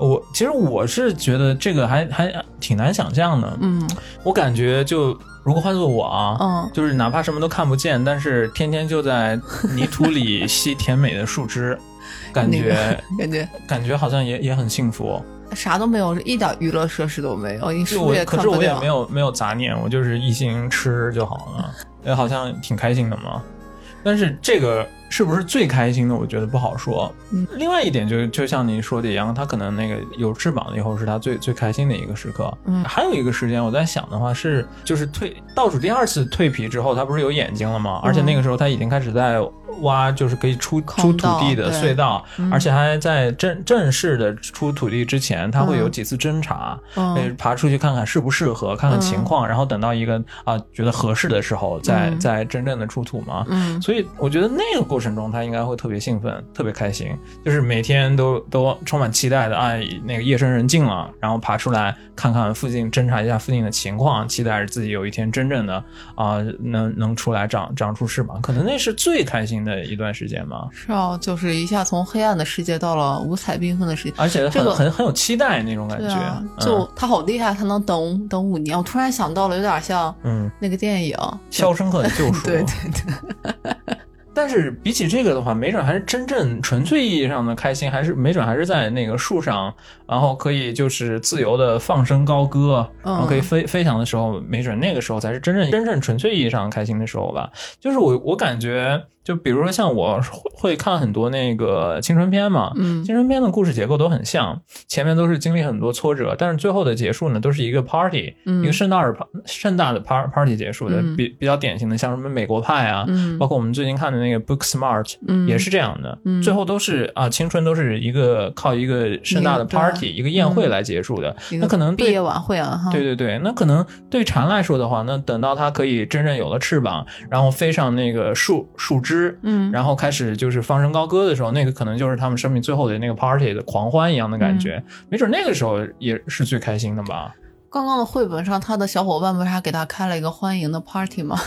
E: 我其实我是觉得这个还还挺难想象的。
C: 嗯
E: 我感觉就如果换做我啊，
C: 哦
F: 嗯
E: 就是哪怕什么都看不见，但是天天就在泥土里 吸甜美的树枝，感
C: 那
E: 觉、
C: 个感觉
E: 感觉好像也也很幸福。
C: 啥都没有，一点娱乐设施都没有，你
E: 就
C: 书
E: 我
C: 也，
E: 可
C: 看
E: 是
C: 不
E: 我也
C: 了
E: 没。有没有杂念，我就是一心吃就好了，也好像挺开心的嘛。但是这个是不是最开心的，我觉得不好说。
C: 嗯
E: 另外一点就就像你说的一样，他可能那个有翅膀了以后是他最最开心的一个时刻。
C: 嗯
E: 还有一个时间我在想的话是，就是蜕倒数第二次蜕皮之后，他不是有眼睛了
C: 嗯
E: 吗？而且那个时候他已经开始在挖，就是可以出出
C: 空
E: 土地的
C: 道对
E: 隧道，
C: 嗯
E: 而且还在正正式的出土地之前，他会有几次侦查。呃
C: 嗯，
E: 爬出去看看适不适合，看看情
C: 嗯
E: 况，然后等到一个啊、觉得合适的时候，再、
C: 嗯
E: 再真正的出土嘛。
C: 嗯
E: 所以我觉得那个过程中，他应该会特别兴奋，特别开心，就是每天都都充满期待的啊、那个夜深人静了，然后爬出来看看附近，侦查一下附近的情况，期待着自己有一天真正的啊、能能出来长长出翅膀，可能那是最开心的一段时间吧。
C: 是啊，就是一下从黑暗的世界到了五彩缤纷的世界。
E: 而且很、
C: 这个
E: 很很有期待那种感
C: 对
E: 觉，
C: 啊，
E: 嗯
C: 就他好厉害，他能等等五年。我突然想到了，有点像
E: 嗯，
C: 那个电影，
E: 《肖申克的救赎》
C: 对对对，
E: 但是比起这个的话，没准还是真正纯粹意义上的开心，还是没准还是在那个树上，然后可以就是自由的放声高歌，
C: 嗯
E: 然后可以飞飞翔的时候，没准那个时候才是真正真正纯粹意义上开心的时候吧。就是我我感觉，就比如说像我会会看很多那个青春片嘛，
C: 嗯
E: 青春片的故事结构都很像，前面都是经历很多挫折，但是最后的结束呢，都是一个 party，、
C: 嗯
E: 一个盛大的 par- 盛大的 par- party 结束的，
C: 嗯
E: 比比较典型的像什么美国派啊，
C: 嗯
E: 包括我们最近看的那个 Book Smart，、
C: 嗯
E: 也是这样的，
C: 嗯
E: 最后都是啊，青春都是一个靠一个盛大的
C: 一个对啊嗯
E: party，一个宴会来结束的，
C: 一个
E: 那可能
C: 毕
E: 对
C: 业晚会啊，哈，
E: 对对对，那可能对蝉来说的话，那等到它可以真正有了翅膀，然后飞上那个树树枝，
C: 嗯
E: 然后开始就是放声高歌的时候，那个可能就是他们生命最后的那个 party 的狂欢一样的感觉，
C: 嗯
E: 没准那个时候也是最开心的吧。
C: 刚刚的绘本上，他的小伙伴不是还给他开了一个欢迎的 party 吗？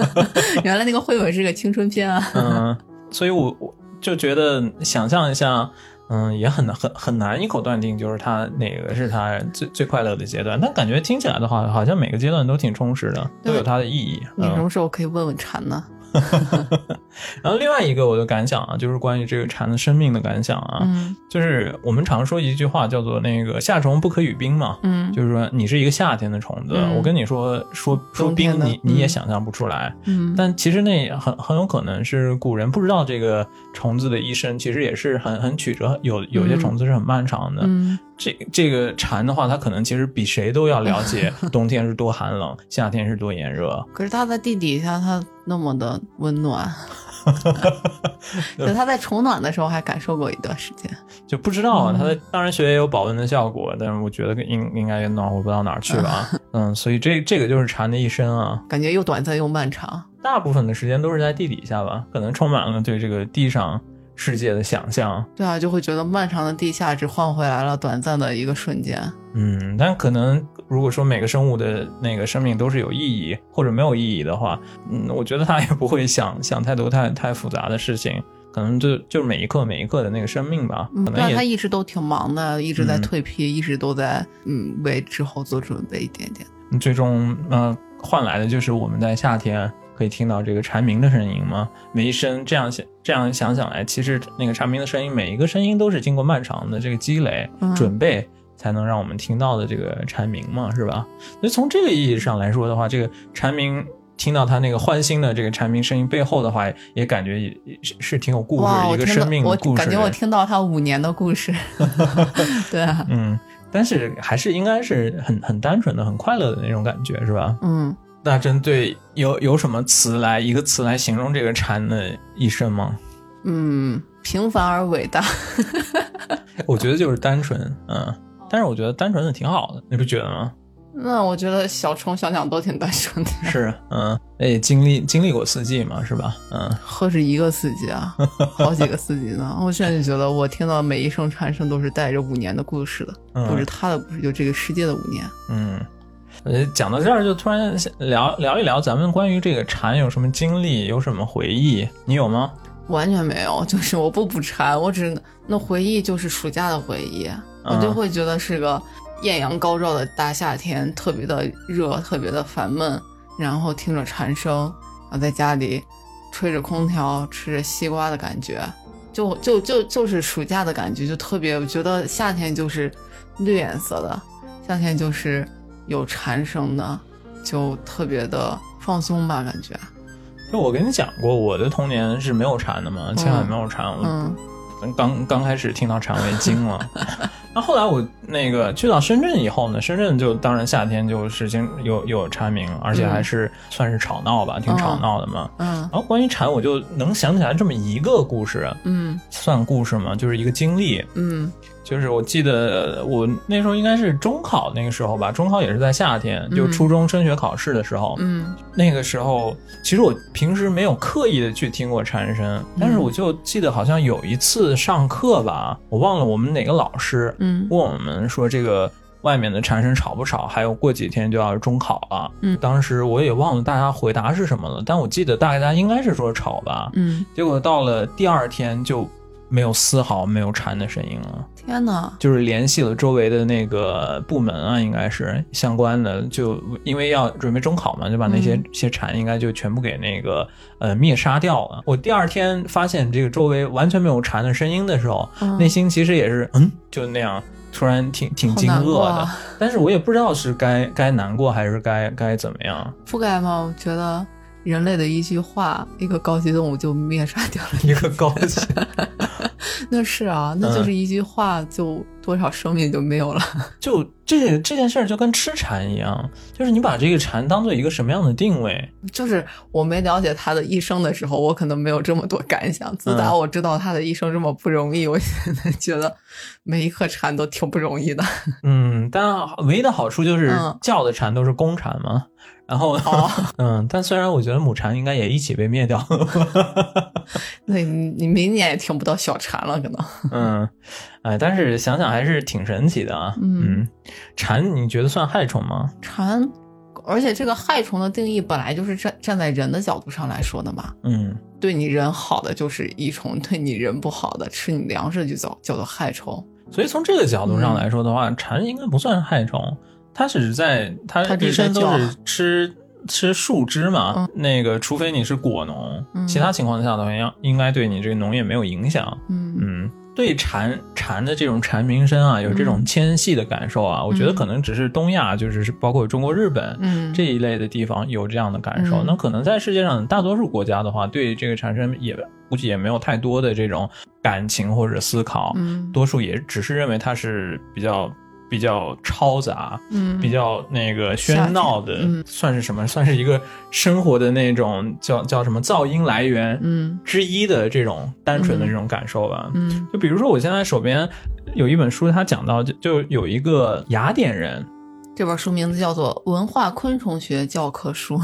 C: 原来那个绘本是个青春片啊。
E: 嗯，所以我我就觉得想象一下。嗯，也很难很很难一口断定，就是他哪个是他最最快乐的阶段。但感觉听起来的话，好像每个阶段都挺充实的，都
C: 对
E: 有它的意义。
C: 你
E: 嗯
C: 什么时候可以问问蝉呢？
E: 然后另外一个我的感想啊，就是关于这个蝉的生命的感想啊，
C: 嗯
E: 就是我们常说一句话叫做那个夏虫不可语冰嘛，
C: 嗯
E: 就是说你是一个夏天的虫子，
C: 嗯
E: 我跟你说说说
C: 冬天
E: 冰，
C: 的
E: 你你也
C: 嗯
E: 想象不出来。
C: 嗯，
E: 但其实那很很有可能是古人不知道这个虫子的一生，其实也是很很曲折，有有些
C: 嗯
E: 虫子是很漫长的。
C: 嗯
E: 这这个蝉的话，它可能其实比谁都要了解冬天是多寒冷，夏天是多炎热。
C: 可是他在地底下，他那么的温暖， 可他在虫卵的时候还感受过一段时间。
E: 就不知道啊，
C: 嗯
E: 它的当然学也有保温的效果，但是我觉得应应该也暖和不到哪儿去吧。嗯，所以这这个就是蝉的一生啊，
C: 感觉又短暂又漫长。
E: 大部分的时间都是在地底下吧，可能充满了对这个地上世界的想象。
C: 对啊，就会觉得漫长的地下只换回来了短暂的一个瞬间。
E: 嗯，但可能如果说每个生物的那个生命都是有意义或者没有意义的话，嗯，我觉得它也不会想想太多太太复杂的事情，可能就就是每一刻每一刻的那个生命吧，
C: 嗯，
E: 可
C: 对啊
E: 能，也
C: 他一直都挺忙的，一直在
E: 嗯
C: 蜕皮，一直都在嗯为之后做准备一点点。
E: 最终，呃，换来的就是我们在夏天可以听到这个蝉鸣的声音嘛。每一声这样想，这样想想来，其实那个蝉鸣的声音，每一个声音都是经过漫长的这个积累、
C: 嗯
E: 准备，才能让我们听到的这个蝉鸣嘛，是吧？所以从这个意义上来说的话，这个蝉鸣。听到它那个欢欣的这个蝉鸣声音背后的话，也感觉也也是是挺有故事
C: 哇，，
E: 一
C: 我
E: 个
C: 听
E: 生命的
C: 到我
E: 故事的。哎
C: 感觉我听到他五年的 故事。对啊，
E: 嗯，但是还是应该是很很单纯的、很快乐的那种感觉，是吧？
C: 嗯，
E: 那针对有有什么词来一个词来形容这个蝉的一生吗？
C: 嗯，平凡而伟大。
E: 我觉得就是单纯，嗯，但是我觉得单纯的挺好的，你不觉得吗？
C: 那我觉得小虫小鸟都挺单纯的，
E: 是，嗯，也经历经历过四季嘛，是吧？嗯，
C: 何止一个四季啊，好几个四季呢。 我现在就觉得，我听到每一声蝉声都是带着五年的故事的，
E: 嗯
C: 不是他的故事，就这个世界的五年。
E: 嗯，呃，讲到这儿就突然想聊聊一聊咱们关于这个蝉有什么经历，有什么回忆，你有吗？
C: 完全没有，就是我不补蝉，我只那回忆就是暑假的回忆，我就会觉得是个艳阳高照的大夏天，特别的热，特别的烦闷。然后听着蝉声，然后在家里吹着空调吃着西瓜的感觉，就就就就是暑假的感觉，就特别。我觉得夏天就是绿颜色的，夏天就是有蝉声的，就特别的放松吧，感觉。
E: 就我跟你讲过，我的童年是没有蝉的嘛，千万没有蝉。我
C: 嗯
E: 刚刚开始听到蝉我也惊了， 那后来我 那个去到深圳以后呢，深圳就当然夏天就是经有有蝉鸣，而且还是算是吵闹吧，挺吵闹的嘛。
C: 嗯
E: 然后关于蝉，我就能想起来这么一个故事，
C: 嗯
E: 算故事吗？就是一个经历，
C: 嗯
E: 就是我记得我那时候应该是中考那个时候吧，中考也是在夏天，就初中升学考试的时候，
C: 嗯
E: 那个时候，其实我平时没有刻意的去听过蝉声，但
C: 嗯
E: 是我就记得好像有一次上课吧，我忘了我们哪个老师
C: 嗯
E: 问我们说这个外面的蝉声吵不吵，还有过几天就要中考了。
C: 嗯
E: 当时我也忘了大家回答是什么了，但我记得大家应该是说吵吧。
C: 嗯，
E: 结果到了第二天就没有丝毫没有蝉的声音了。
C: 天哪！
E: 就是联系了周围的那个部门啊，应该是相关的，就因为要准备中考嘛，就把那些、
C: 嗯
E: 些蝉应该就全部给那个呃灭杀掉了。我第二天发现这个周围完全没有蝉的声音的时候，
C: 嗯
E: 内心其实也是嗯，就那样。突然挺挺
C: 好
E: 惊
C: 难
E: 愕
C: 过
E: 的，
C: 啊
E: 但是我也不知道是该该难过还是该该怎么样。
C: 覆盖吗？我觉得人类的一句话，一个高级动物就灭杀掉了。
E: 一个高级，
C: 那是啊，那就
E: 嗯
C: 是一句话，就多少生命就没有了。
E: 就这这件事儿就跟吃蝉一样，就是你把这个蝉当做一个什么样的定位，
C: 就是我没了解他的一生的时候，我可能没有这么多感想。自
E: 嗯
C: 打我知道他的一生这么不容易，我现在觉得每一颗蝉都挺不容 易的。
E: 嗯，但唯一的好处就是
C: 嗯哦
E: 叫的蝉都是公蝉嘛。然后，
C: 啊
E: 嗯，但虽然我觉得母蝉应该也一起被灭掉了，
C: 那你你明年也听不到小蝉了，可能。
E: 嗯，哎，但是想想还是挺神奇的啊。
C: 嗯
E: 嗯，蝉你觉得算害虫吗？
C: 蝉，而且这个害虫的定义本来就是站站在人的角度上来说的嘛。
E: 嗯，
C: 对你人好的就是益虫，对你人不好的吃你粮食就叫叫做害虫。
E: 所以从这个角度
C: 嗯
E: 上来说的话，蝉应该不算害虫，它只是在它
C: 它只
E: 一
C: 是在
E: 生都
C: 叫
E: 是吃吃树枝嘛。那个，除非你是果农，
C: 嗯
E: 其他情况下的话，应应该对你这个农业没有影响。
C: 嗯
E: 嗯，对蝉蝉的这种蝉鸣声啊，有这
C: 嗯
E: 种纤细的感受啊，我觉得可能只是东亚，就是包括中国、日本。
C: 嗯，
E: 这一类的地方有这样的感受，
C: 嗯
E: 那可能在世界上大多数国家的话，对这个蝉声也估计也没有太多的这种感情或者思考，
C: 嗯
E: 多数也只是认为它是比较比较嘈杂、
C: 嗯
E: 比较那个喧闹的，
C: 夏天嗯
E: 算是什么？算是一个生活的那种叫叫什么噪音来源
C: 嗯
E: 之一的这种单纯的这种感受吧。
C: 嗯
E: 就比如说，我现在手边有一本书，它讲到就就有一个雅典人，
C: 这本书名字叫做《文化昆虫学教科书》。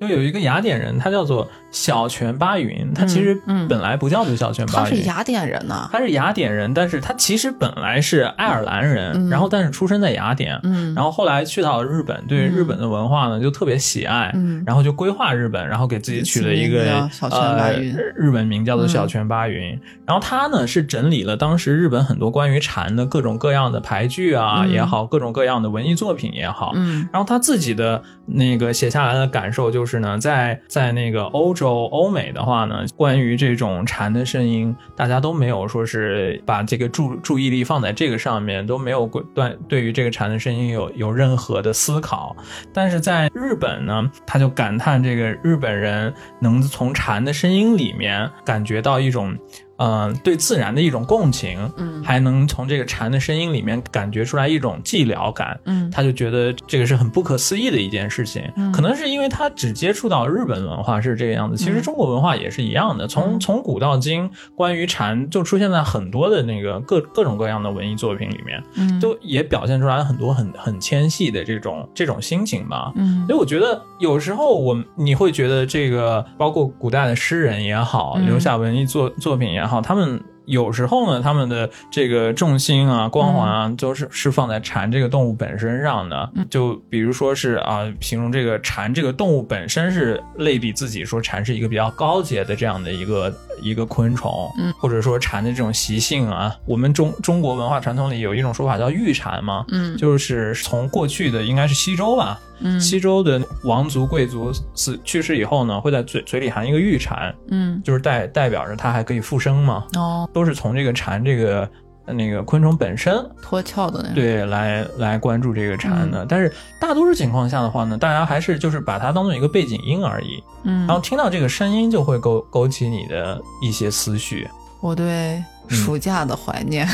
E: 就有一个雅典人，他叫做小泉八云，他其实
C: 嗯嗯
E: 本来不叫做小泉
C: 他
E: 八
C: 是
E: 云。
C: 雅典人呐、
E: 他是雅典人，但是他其实本来是爱尔兰人，
C: 嗯
E: 然后但是出生在雅典，
C: 嗯，
E: 然后后来去到日本，对
C: 嗯
E: 日本的文化呢就特别喜爱，
C: 嗯
E: 然后就规划日本，然后给自己取了一
C: 起名字
E: 个
C: 叫小泉八云嗯
E: 呃、日本名叫做小泉八云。然后他呢是整理了当时日本很多关于蝉的各种各样的牌剧啊、
C: 嗯
E: 也好，各种各样的文艺作品也好。
C: 嗯
E: 然后他自己的那个写下来的感受就是呢，在在那个欧洲、欧美的话呢，关于这种蝉的声音，大家都没有说是把这个注注意力放在这个上面，都没有过对对于这个蝉的声音有有任何的思考。但是在日本呢，他就感叹这个日本人能从蝉的声音里面感觉到一种，嗯、对自然的一种共情，
C: 嗯
E: 还能从这个蝉的声音里面感觉出来一种寂寥感。
C: 嗯
E: 他就觉得这个是很不可思议的一件事情。
C: 嗯
E: 可能是因为他只接触到日本文化是这个样子，其
C: 嗯
E: 实中国文化也是一样的。从从古到今，关于蝉就出现在很多的那个各各种各样的文艺作品里面，
C: 嗯
E: 都也表现出来很多很很纤细的这种这种心情吧。
C: 嗯
E: 所以我觉得有时候我们你会觉得这个，包括古代的诗人也好，
C: 嗯
E: 留下文艺作作品也好，他们有时候呢，他们的这个重心啊、光环
C: 嗯
E: 啊，都是是放在蝉这个动物本身上的。就比如说是啊，形容这个蝉这个动物本身是类比自己说蝉是一个比较高洁的这样的一个一个昆虫，
C: 嗯
E: 或者说蝉的这种习性啊，我们中中国文化传统里有一种说法叫玉蝉嘛，
C: 嗯
E: 就是从过去的应该是西周吧，
C: 嗯
E: 西周的王族贵族死去世以后呢，会在嘴嘴里含一个玉蝉，
C: 嗯
E: 就是代代表着它还可以复生嘛，
C: 哦，
E: 都是从这个蝉这个呃那个昆虫本身
C: 脱壳的那种，
E: 对来来关注这个蝉
C: 嗯
E: 的。但是大多数情况下的话呢，大家还是就是把它当做一个背景音而已，
C: 嗯，
E: 然后听到这个声音就会勾勾起你的一些思绪。
C: 我对
E: 嗯
C: 暑假的怀念，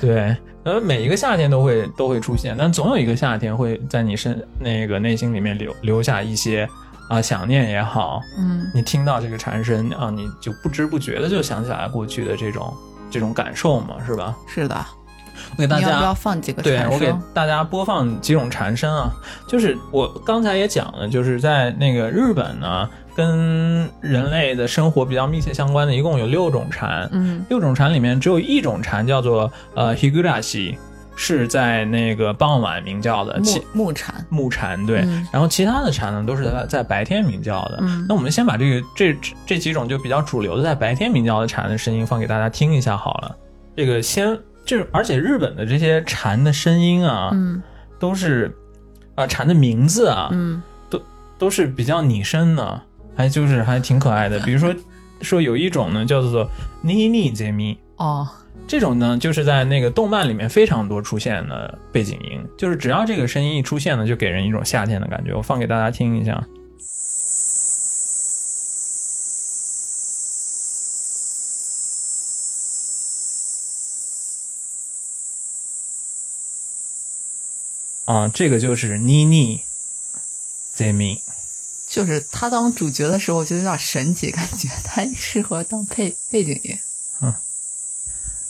E: 对，呃，每一个夏天都会都会出现，但总有一个夏天会在你身那个内心里面留留下一些啊、想念也好，
C: 嗯
E: 你听到这个蝉声啊，你就不知不觉的就想起来过去的这种这种感受嘛，是吧？
C: 是的，
E: 我给大
C: 你要不
E: 家
C: 要放几个
E: 对
C: 蝉
E: 我给
C: 声？
E: 大家播放几种蝉声啊，就是我刚才也讲了，就是在那个日本呢，跟人类的生活比较密切相关的，一共有六种蝉，
C: 嗯
E: 六种蝉里面只有一种蝉叫做呃 higurashi，是在那个傍晚鸣叫的，呃其
C: 木木蝉，
E: 木蝉对。
C: 嗯
E: 然后其他的蝉呢，都是在在白天鸣叫的。
C: 嗯
E: 呃那我们先把这个这这这几种就比较主流的在白天鸣叫的蝉的声音放给大家听一下好了。这个先这，而且日本的这些蝉的声音啊，
C: 嗯
E: 都是啊、蝉的名字啊，
C: 嗯
E: 都是比较拟声的，还就是还挺可爱的。比如说说有一种呢叫做妮妮杰咪。
C: 哦，
E: 这种呢，就是在那个动漫里面非常多出现的背景音，就是只要这个声音一出现呢，就给人一种夏天的感觉。我放给大家听一下。啊，这个就是妮妮 Zemi，
C: 就是他当主角的时候，我觉得有点神奇，感觉他适合当配背景音。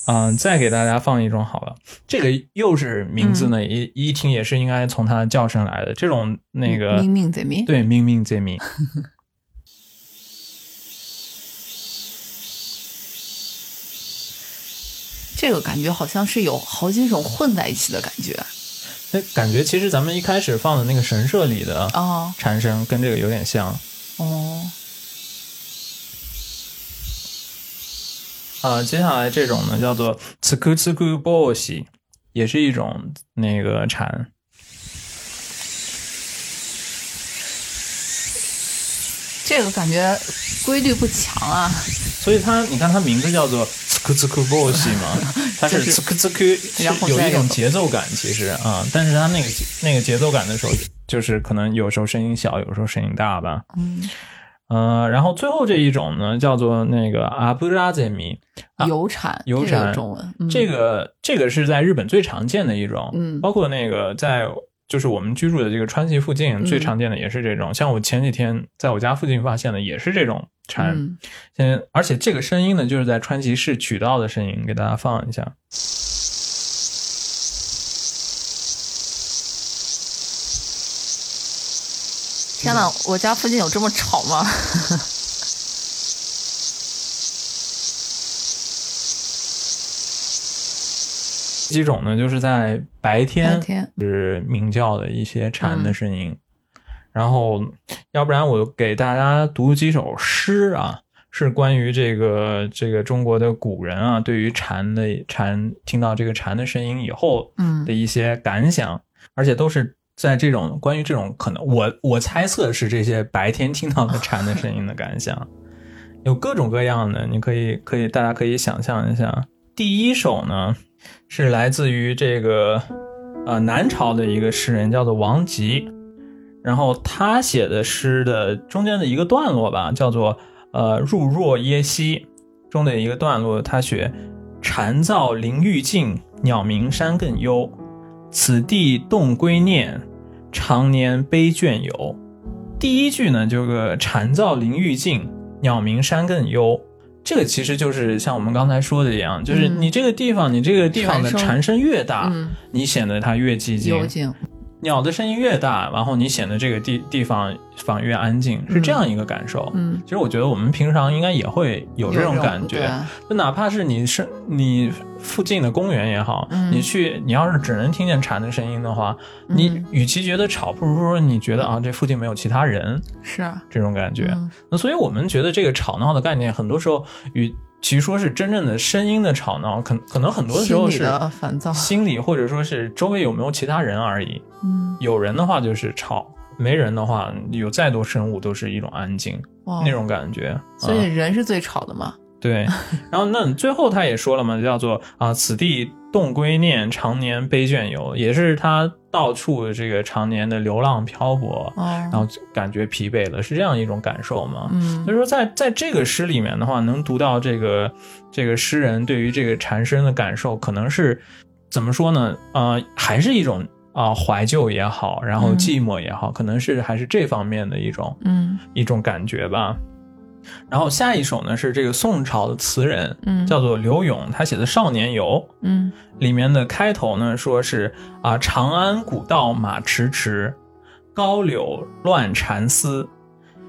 E: 嗯、再给大家放一种好了，这个又是名字
C: 嗯
E: 呢，一一听也是应该从它的叫声来的。这种那个
C: 明明贼明，
E: 对，命命皆命。
C: 这个感觉好像是有好几种混在一起的感觉
E: 那哎感觉其实咱们一开始放的那个神社里的
C: 哦
E: 蝉声跟这个有点像啊、
C: 哦，
E: 呃接下来这种呢叫做 tsuku tsuku boshi，也是一种那个蝉。
C: 这个感觉规律不强啊，
E: 所以它，你看它名字叫做 tsuku tsuku boshi 嘛，它是
C: 就是
E: tsuku tsuku，
C: 然后
E: 有
C: 再
E: 一种
C: 有
E: 节奏感，其实啊、但是它那个节那个节奏感的时候，就是可能有时候声音小，有时候声音大吧。
C: 嗯，
E: 呃，然后最后这一种呢，叫做那个 aburazemi，啊
C: 油产，
E: 油
C: 这个
E: 蝉
C: 有中文，嗯
E: 这个这个是在日本最常见的一种，
C: 嗯
E: 包括那个在就是我们居住的这个川崎附
C: 嗯
E: 近最常见的也是这种，像我前几天在我家附近发现的也是这种蝉，
C: 嗯，
E: 嗯，而且这个声音呢就是在川崎市取到的声音，给大家放一下。
C: 天呐，我家附近有这么吵吗？
E: 几种呢就是在白天
C: 白天嗯
E: 是鸣叫的一些蝉的声音，然后要不然我给大家读几首诗啊。是关于这个这个中国的古人啊，对于蝉的蝉听到这个蝉的声音以后
C: 嗯
E: 的一些感想，而且都是在这种关于这种可能，我我猜测是这些白天听到的蝉的声音的感想，有各种各样的，你可以可以大家可以想象一下。第一首呢是来自于这个呃南朝的一个诗人，叫做王吉，然后他写的诗的中间的一个段落吧，叫做呃入若耶溪中的一个段落，他写蝉噪林欲静，鸟鸣山更幽。此地动归念，常年悲倦游。第一句呢，这个蝉噪林欲静，鸟鸣山更幽。这个其实就是像我们刚才说的一样，就是
C: 嗯
E: 你这个地方，你这个地方的
C: 蝉声
E: 蝉声越大，
C: 嗯，
E: 你显得它越寂静；
C: 油井，
E: 鸟的声音越大，然后你显得这个地地方反而越安静，是这样一个感受。
C: 嗯，
E: 其实我觉得我们平常应该也会有这种感觉，
C: 对
E: 就哪怕是你是你附近的公园也好，
C: 嗯
E: 你去，你要是只能听见蝉的声音的话，你
C: 嗯
E: 与其觉得吵，不如说你觉得啊，这附近没有其他人
C: 是啊，
E: 这种感觉。
C: 嗯
E: 那所以我们觉得这个吵闹的概念，很多时候与其说是真正的声音的吵闹，可可能很多时候
C: 心里
E: 是
C: 的啊烦躁，
E: 心理或者说是周围有没有其他人而已。
C: 嗯，
E: 有人的话就是吵，没人的话有再多生物都是一种安静、
C: 哇
E: 那，种感觉。
C: 所以
E: 啊
C: 人是最吵的嘛，
E: 对，然后那最后他也说了嘛，叫做啊、此地动归念，常年悲倦游，也是他到处这个常年的流浪漂泊，然
C: 哦，
E: 后感觉疲惫了，是这样一种感受嘛。
C: 嗯
E: 所以说在，在这个诗里面的话，能读到这个这个诗人对于这个蝉声的感受，可能是怎么说呢？呃，还是一种啊、怀旧也好，然后
C: 嗯
E: 寂寞也好，可能是还是这方面的一种
C: 嗯
E: 一种感觉吧。然后下一首呢是这个宋朝的词人，
C: 嗯
E: 叫做刘永，他写的《少年游
C: 嗯》
E: 里面的开头呢说是啊，长安古道马迟迟，高柳乱蝉丝，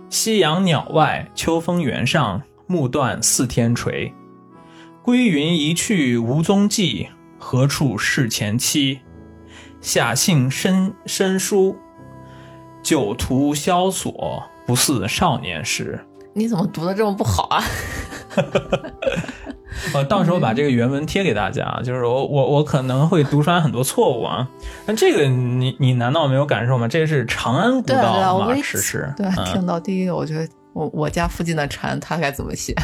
E: 夕阳鸟外秋风原上，暮断似天垂。归云一去无踪迹，何处是前期？雅兴深深疏，酒徒萧索，不似少年时。
C: 你怎么读的这么不好啊？
E: 呃，到时候把这个原文贴给大家，啊就是我我我可能会读出来很多错误啊。那这个你你难道没有感受吗？这是长安古
C: 对啊对啊，
E: 道
C: 我
E: 马
C: 一
E: 迟迟，
C: 对啊
E: 嗯
C: 听到第一个，我觉得我我家附近的蝉，它该怎么写？
E: 啊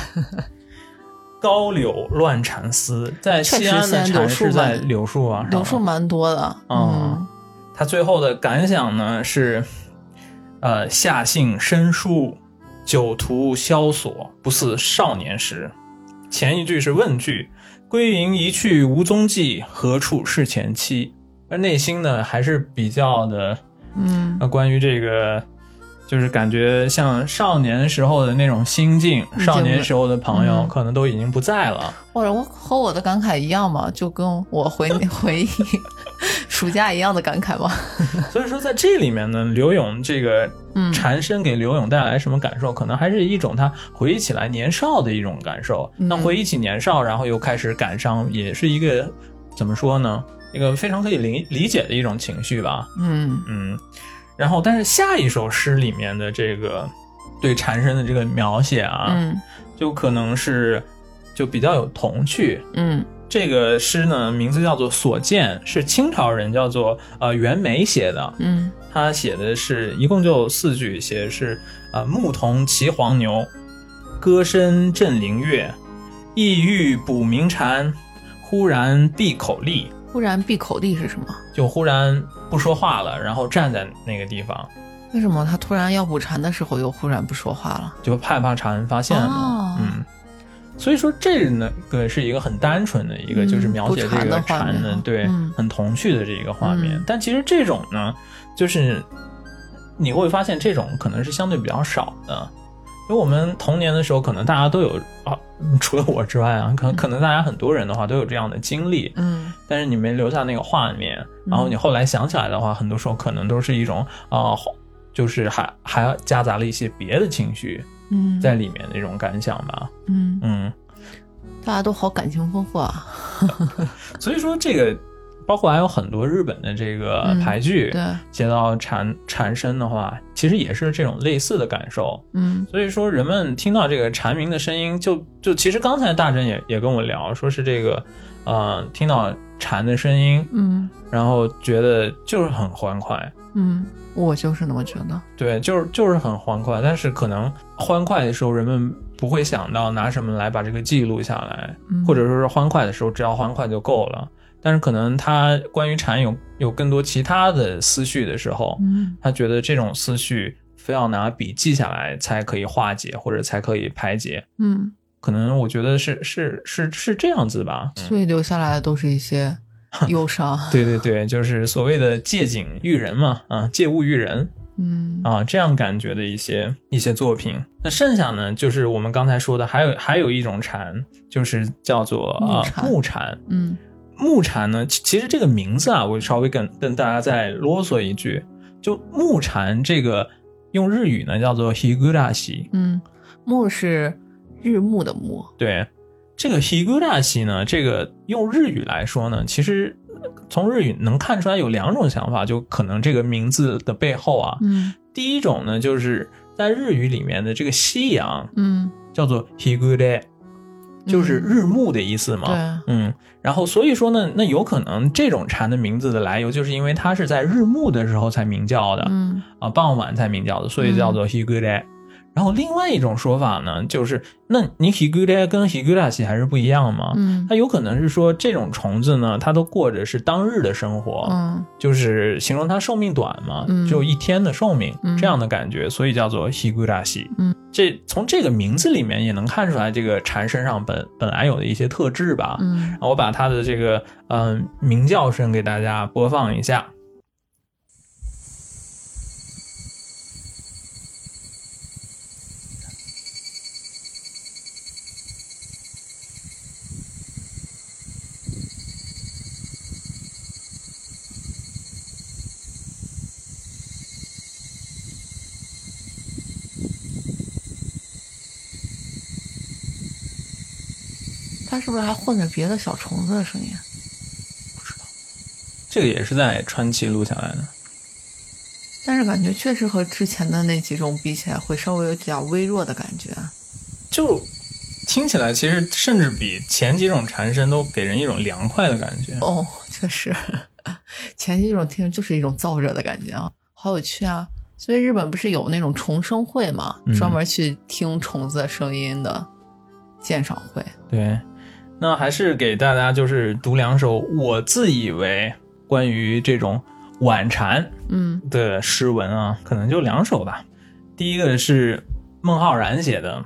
E: 高柳乱蝉丝，在
C: 确
E: 西
C: 实
E: 安的
C: 现在柳
E: 蝉
C: 树
E: 是在
C: 蛮
E: 柳树啊，
C: 柳树蛮多的，
E: 嗯
C: 嗯，
E: 他最后的感想呢是，呃，夏姓深疏，酒徒萧索，不似少年时。前一句是问句，归云一去无踪迹，何处是前期？而内心呢还是比较的，
C: 嗯
E: 呃，关于这个，就是感觉像少年时候的那种心境，
C: 嗯
E: 少年时候的朋友
C: 嗯
E: 可能都已经不在了。
C: 或者我和我的感慨一样嘛，就跟我回 回忆暑假一样的感慨嘛。
E: 所以说，在这里面呢，刘勇这个
C: 嗯
E: 蝉声给刘勇带来什么感受？可能还是一种他回忆起来年少的一种感受。
C: 嗯
E: 那回忆起年少，然后又开始感伤，也是一个怎么说呢？一个非常可以理理解的一种情绪吧。
C: 嗯
E: 嗯，然后但是下一首诗里面的这个对蝉声的这个描写啊，
C: 嗯
E: 就可能是就比较有童趣，
C: 嗯
E: 这个诗呢，名字叫做《所见》，是清朝人叫做呃袁枚写的。
C: 嗯
E: 他写的是一共就四句，写的是呃牧童骑黄牛，歌声振林樾，意欲捕鸣蝉，忽然闭口立，
C: 忽然闭口地是什么？
E: 就忽然不说话了，然后站在那个地方，
C: 为什么他突然要补蝉的时候又忽然不说话了？
E: 就害怕蝉发现嘛
C: 哦。
E: 嗯，所以说这呢个是一个很单纯的一个，
C: 嗯
E: 就是描写这
C: 不馋
E: 个
C: 的画
E: 蝉
C: 面
E: 的，对，
C: 嗯
E: 很童趣的这一个画面。
C: 嗯
E: 但其实这种呢，就是你会发现这种可能是相对比较少的。因为我们童年的时候，可能大家都有啊，除了我之外啊，可能可能大家很多人的话都有这样的经历，
C: 嗯
E: 但是你没留下那个画面，然后你后来想起来的话，很多时候可能都是一种啊、就是还还夹杂了一些别的情绪，
C: 嗯，
E: 在里面的一种感想吧。
C: 嗯，
E: 嗯，
C: 大家都好感情丰富啊。
E: 所以说这个包括还有很多日本的这个
C: 嗯
E: 排剧，
C: 对，
E: 接到蝉蝉声的话，其实也是这种类似的感受。
C: 嗯
E: 所以说人们听到这个蝉鸣的声音就，就其实刚才大真也也跟我聊，说是这个，呃，听到蝉的声音，
C: 嗯
E: 然后觉得就是很欢快。
C: 嗯，我就是那么觉得。
E: 对，就是就是很欢快，但是可能欢快的时候，人们不会想到拿什么来把这个记录下来，
C: 嗯
E: 或者说是欢快的时候，只要欢快就够了。但是可能他关于蝉有有更多其他的思绪的时候，
C: 嗯
E: 他觉得这种思绪非要拿笔记下来才可以化解，或者才可以排解。
C: 嗯，
E: 可能我觉得是是是是这样子吧。嗯
C: 所以留下来的都是一 些忧伤。
E: 对对对，就是所谓的借景喻人嘛，啊，借物喻人。
C: 嗯
E: 啊，这样感觉的一些一些作品。那剩下呢，就是我们刚才说的，还有还有一种蝉，就是叫做啊木
C: 木
E: 蝉。
C: 嗯
E: 木蝉呢，其其实这个名字啊，我稍微跟跟大家再啰嗦一句，就木蝉这个用日语
C: 嗯
E: 呢叫做 higurashi，
C: 嗯，木是日暮的暮。
E: 对。这个 higurashi 呢，这个用日语来说呢，其实从日语能看出来有两种想法，就可能这个名字的背后啊，
C: 嗯
E: 第一种呢，就是在日语里面的这个夕阳
C: 嗯，
E: 叫做 higure，就是日暮的意思嘛。
C: 对，
E: 嗯，然后所以说呢，那有可能这种蝉的名字的来由，就是因为它是在日暮的时候才鸣叫的、
C: 嗯
E: 啊，傍晚才鸣叫的，所以叫做 higure。然后另外一种说法呢，就是那你 higure 跟 higurashi 还是不一样嘛。
C: 嗯
E: 它有可能是说这种虫子呢，它都过着是当日的生活，
C: 嗯
E: 就是形容它寿命短嘛，
C: 嗯
E: 只有一天的寿命、
C: 嗯
E: 这样的感觉，所以叫做 higurashi。
C: 嗯，
E: 这从这个名字里面也能看出来，这个蝉身上本本来有的一些特质吧。
C: 嗯
E: 我把它的这个嗯、呃鸣叫声给大家播放一下。
G: 它是不是还混着别的小虫子的声音？
E: 这个也是在川崎录下来的。
C: 但是感觉确实和之前的那几种比起来，会稍微有点微弱的感觉。
E: 就听起来其实甚至比前几种蝉声都给人一种凉快的感觉。
C: 哦，确实，前几种听着就是一种燥热的感觉啊，好有趣啊！所以日本不是有那种虫声会嘛，
E: 嗯
C: 专门去听虫子的声音的鉴赏会。
E: 对，那还是给大家就是读两首我自以为关于这种晚蝉
C: 嗯
E: 的诗文啊，可能就两首吧。第一个是孟浩然写的，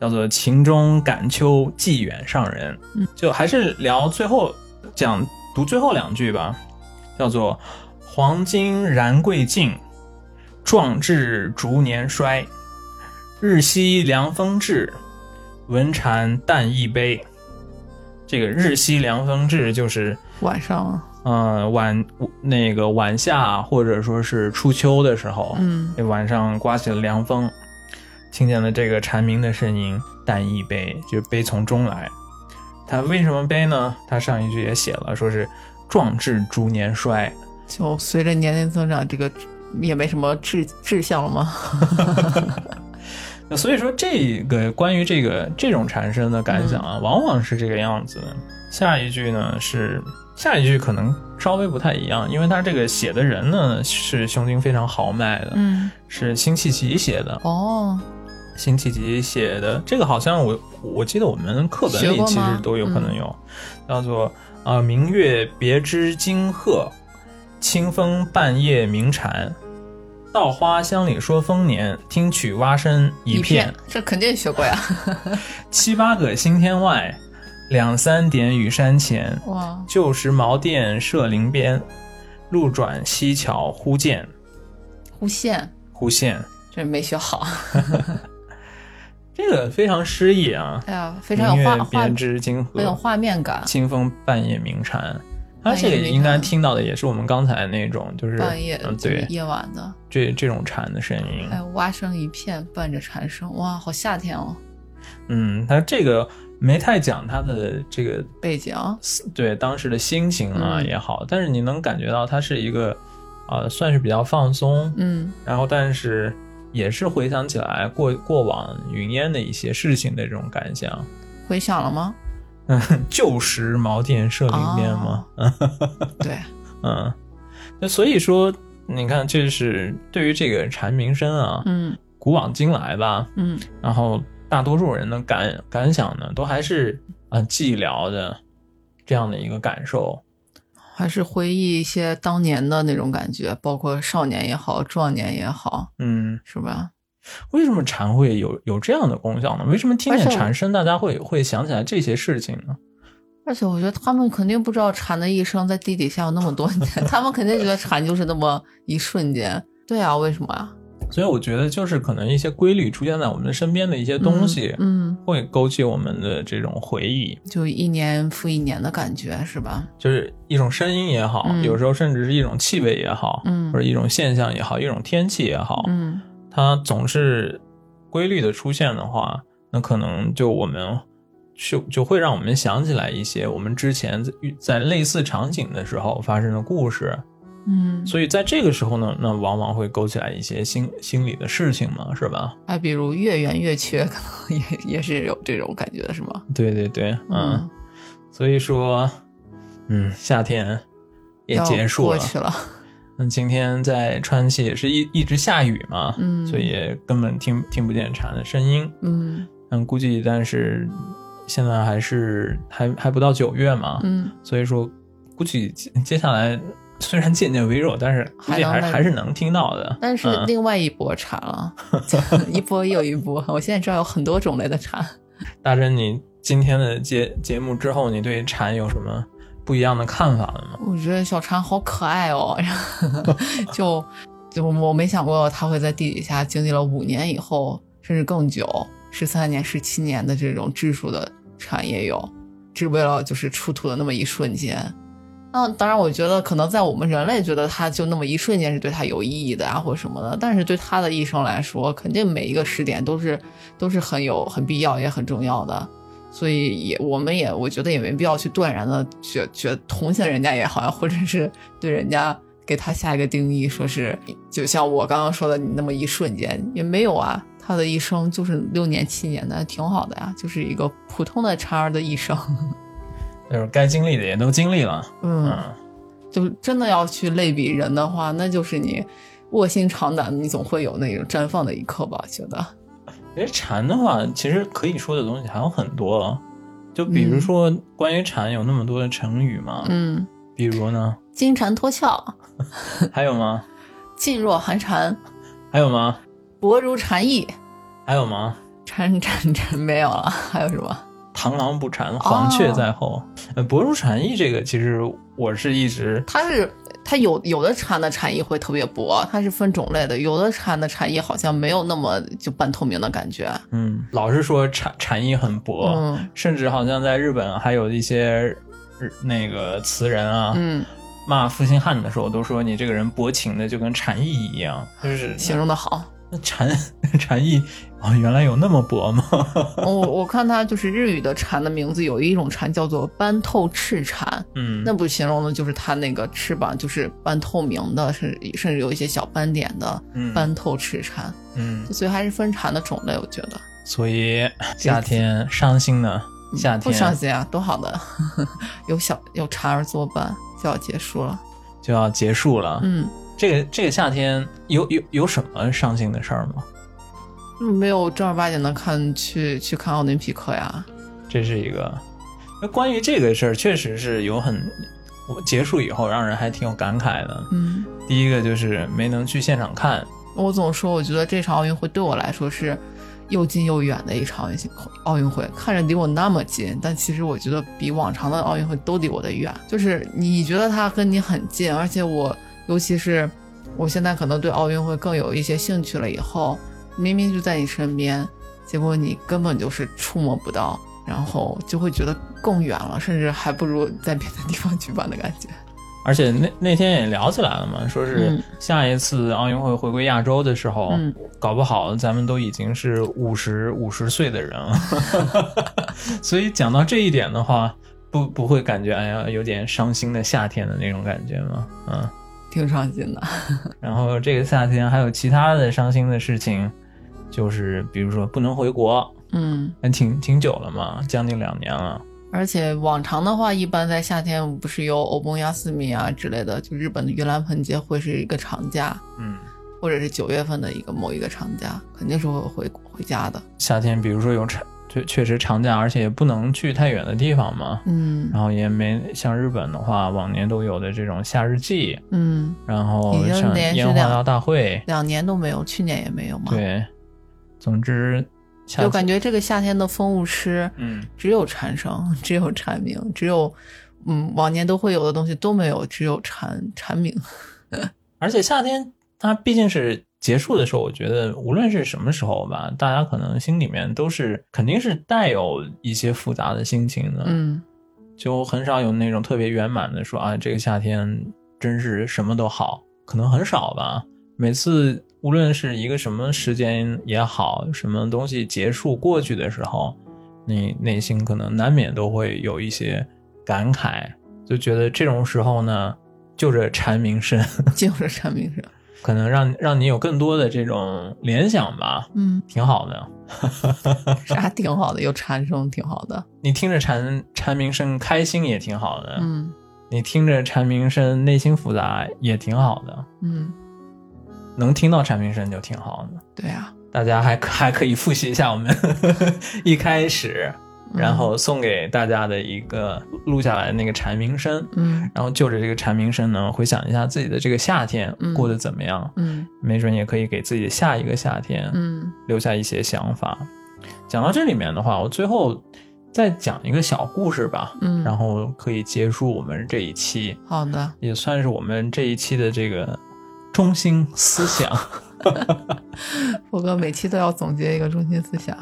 E: 叫做《秦中感秋寄远上人》，
C: 嗯
E: 就还是聊最后讲读最后两句吧，叫做“黄金燃桂尽，壮志逐年衰。日夕凉风至，闻蝉淡一杯。”这个“日夕凉风至”就是
C: 晚上，
E: 呃晚那个晚夏或者说是初秋的时候，
C: 嗯
E: 那晚上刮起了凉风，听见了这个蝉鸣的声音，淡一悲，就悲从中来。他为什么悲呢？他上一句也写了，说是壮志逐年衰，
C: 就随着年龄增长，这个也没什么志志向了吗？
E: 那所以说，这个关于这个这种蝉声的感想
C: 嗯
E: 啊，往往是这个样子的。下一句呢是下一句可能稍微不太一样，因为他这个写的人呢是胸襟非常豪迈的，
C: 嗯，
E: 是辛弃疾写的。
C: 哦，
E: 辛弃疾写的这个好像我我记得我们课本
C: 学
E: 里
C: 过
E: 其
C: 吗嗯
E: 实都有可能有，叫做啊、呃明月别枝惊鹤，清风半夜鸣蝉。稻花香里说丰年，听取蛙声一片。
C: 这肯定学过呀。
E: 七八个星天外，两三点雨山前。
C: 哇，
E: 旧时茅店社林边，路转溪桥忽见
C: 弧线
E: 忽现。
C: 这没学好，
E: 这个非常诗意啊，
C: 哎呀，非
E: 明
C: 常有画
E: 月
C: 画
E: 别，枝惊鹤，
C: 很有画面感。
E: 清风半夜鸣蝉。它
C: 半夜
E: 这个
C: 鸣
E: 应该
C: 蝉
E: 听到的也是我们刚才那种，就是
C: 半夜
E: 嗯，
C: 就是
E: 对，
C: 夜晚的，
E: 这这种蝉的声音，
C: 哎，蛙声一片伴着蝉声，哇，好夏天哦，
E: 嗯，它这个没太讲它的这个
C: 背景。啊
E: 对当时的心情啊
C: 嗯
E: 也好，但是你能感觉到它是一个，呃，算是比较放松，
C: 嗯
E: 然后但是也是回想起来过过往云烟的一些事情的这种感想。，
C: 回想了吗？
E: 嗯，旧时茅店社林边嘛，
C: 啊 对，
E: 嗯，那所以说，你看，这是对于这个蝉鸣声啊，
C: 嗯
E: 古往今来吧，
C: 嗯
E: 然后大多数人的感感想呢，都还是啊、呃寂寥的这样的一个感受。
C: 还是回忆一些当年的那种感觉，包括少年也好，壮年也好，
E: 嗯，
C: 是吧？
E: 为什么蝉会有有这样的功效呢？为什么听见
C: 而且我
E: 蝉声，大家会会想起来这些事情呢？
C: 而且我觉得他们肯定不知道蝉的一生在地底下有那么多 年，他们肯定觉得蝉就是那么一瞬间。对啊，为什么呀？
E: 所以我觉得，就是可能一些规律出现在我们身边的一些东西，
C: 嗯，
E: 会勾起我们的这种回忆，
C: 嗯就一年复一年的感觉，是吧？
E: 就是一种声音也好，
C: 嗯
E: 有时候甚至是一种气味也好，
C: 嗯
E: 或者一种现象也好，一种天气也好，
C: 嗯，
E: 它总是规律的出现的话，那可能就我们就就会让我们想起来一些我们之前在遇在类似场景的时候发生的故事，
C: 嗯，
E: 所以在这个时候呢，那往往会勾起来一些心心理的事情嘛，是吧？
C: 哎，比如月圆月缺，可能也也是有这种感觉的，是吗？
E: 对对对，嗯，所以说，嗯，夏天也
C: 要
E: 结束
C: 过
E: 了，
C: 去了，
E: 那今天在川西也是一一直下雨嘛，
C: 嗯
E: 所以根本听听不见蝉的声音。
C: 嗯
E: 嗯，估计但是现在还是还还不到九月嘛，
C: 嗯，
E: 所以说估计接接下来虽然渐渐微弱，但是估计
C: 还能
E: 还
C: 那
E: 还是能听到的。
C: 但是
E: 嗯、
C: 另外一波蝉 了， 一波又一波，我现在知道有很多种类的蝉。
E: 大珍，你今天的节节目之后，你对蝉有什么不一样的看法了吗？
C: 我觉得小蝉好可爱哦， 然后就就我没想过它会在地底下经历了五年以后，甚至更久，十三年、十七年的这种质数的蝉也有，只为了就是出土的那么一瞬间。那当然，我觉得可能在我们人类觉得它就那么一瞬间是对它有意义的啊，或者什么的，但是对它的一生来说，肯定每一个时点都是都是很有很必要也很重要的。所以也我们也我觉得也没必要去断然的觉觉同情人家也好，或者是对人家给他下一个定义，说是就像我刚刚说的，你那么一瞬间也没有啊。他的一生就是六年七年的，挺好的呀，就是一个普通的蝉儿的一生。
E: 就是该经历的也都经历了，
C: 嗯，
E: 嗯
C: 就是真的要去类比人的话，那就是你卧薪尝胆，你总会有那种绽放的一刻吧？觉得，
E: 其实蝉的话，其实可以说的东西还有很多，啊就比如
C: 嗯
E: 说关于蝉有那么多的成语嘛，
C: 嗯，
E: 比如呢，
C: 金蝉脱壳，
E: 还有吗？
C: 噤若寒蝉，
E: 还有吗？
C: 薄如蝉翼，
E: 还有吗？
C: 蝉蝉蝉没有了，还有什么？
E: 螳螂捕蝉，黄雀在后。呃，薄如蝉翼这个，其实我是一直
C: 它是它有有的蝉的蝉翼会特别薄，它是分种类的；有的蝉的蝉翼好像没有那么就半透明的感觉。
E: 嗯，老是说蝉蝉翼很薄，
C: 嗯
E: 甚至好像在日本还有一些日那个词人啊，
C: 嗯，
E: 骂负心汉的时候都说你这个人薄情的就跟蝉翼一样，就是
C: 形容的好。
E: 那 蝉蝉翼哦，原来有那么薄吗？
C: 我我看它就是日语的蝉的名字有一种蝉叫做斑透赤蝉，
E: 嗯，
C: 那不形容的就是它那个翅膀就是半透明的，甚甚至有一些小斑点的
E: 嗯
C: 斑透赤蝉，
E: 嗯，
C: 所以还是分蝉的种类，我觉得。
E: 所以夏天伤心呢，夏
C: 不伤
E: 天
C: 心啊，多好的， 有小有蝉儿作伴，就要结束了。
E: 就要结束了。
C: 嗯。
E: 这个这个夏天有有有什么伤心的事儿吗？
C: 没有正儿八经的看去去看奥林匹克呀，
E: 这是一个，那关于这个事儿，确实是有很，我结束以后让人还挺有感慨的。
C: 嗯，
E: 第一个就是没能去现场看，
C: 我总说，我觉得这场奥运会对我来说是又近又远的一场奥运奥运会，看着离我那么近，但其实我觉得比往常的奥运会都离我的远。就是你觉得它跟你很近，而且我尤其是我现在可能对奥运会更有一些兴趣了，以后明明就在你身边，结果你根本就是触摸不到，然后就会觉得更远了，甚至还不如在别的地方举办的感觉。
E: 而且那那天也聊起来了嘛，说是
C: 嗯
E: 下一次奥运会回归亚洲的时候，
C: 嗯
E: 搞不好咱们都已经是五十五十岁的人了。 所以讲到这一点的话，不不会感觉哎呀有点伤心的夏天的那种感觉吗？嗯。
C: 挺伤心的。
E: 然后这个夏天还有其他的伤心的事情，就是比如说不能回国，
C: 嗯，
E: 那挺挺久了嘛，将近两年了。
C: 而且往常的话，一般在夏天不是有欧崩亚斯米啊之类的，就日本的盂兰盆节会是一个长假，
E: 嗯，
C: 或者是九月份的一个某一个长假，肯定是会回回家的。
E: 夏天比如说有长确确实长假，而且也不能去太远的地方嘛。
C: 嗯
E: 然后也没像日本的话，往年都有的这种夏日祭，
C: 嗯，
E: 然后
C: 已经
E: 像
C: 连续
E: 烟花
C: 两
E: 大会，
C: 两年都没有，去年也没有嘛。，
E: 对，总之夏
C: 就感
E: 觉
C: 觉这个夏天的风物诗
E: 嗯
C: 只有蝉声，只有蝉鸣，只有嗯往年都会有的东西都没有，只有蝉蝉鸣。
E: 而且夏天它毕竟是结束的时候，我觉得无论是什么时候吧，大家可能心里面都是肯定是带有一些复杂的心情的，，
C: 嗯。
E: 就很少有那种特别圆满的说啊，这个夏天真是什么都好，可能很少吧。每次无论是一个什么时间也好，什么东西结束过去的时候，你内心可能难免都会有一些感慨，就觉得这种时候呢，就着蝉鸣声，
C: 就是陈明生。
E: 可能让让你有更多的这种联想吧，
C: 嗯，
E: 挺好的。
C: 啥挺好的，有蝉声挺好的。
E: 你听着蝉蝉鸣声开心也挺好的，
C: 嗯
E: 你听着蝉鸣声内心复杂也挺好的，
C: 嗯，
E: 能听到蝉鸣声就挺好的。
C: 对啊。
E: 大家还还可 以复习一下我们 一开始，
C: 嗯
E: 然后送给大家的一个录下来的那个蝉鸣声，
C: 嗯
E: 然后就着这个蝉鸣声呢，回想一下自己的这个夏天
C: 嗯
E: 过得怎么样，
C: 嗯
E: 没准也可以给自己的下一个夏天
C: 嗯
E: 留下一些想法。讲到这里面的话，我最后再讲一个小故事吧，
C: 嗯，
E: 然后可以结束我们这一期，
C: 好的，
E: 也算是我们这一期的这个中心思想。
C: 福哥每期都要总结一个中心思想。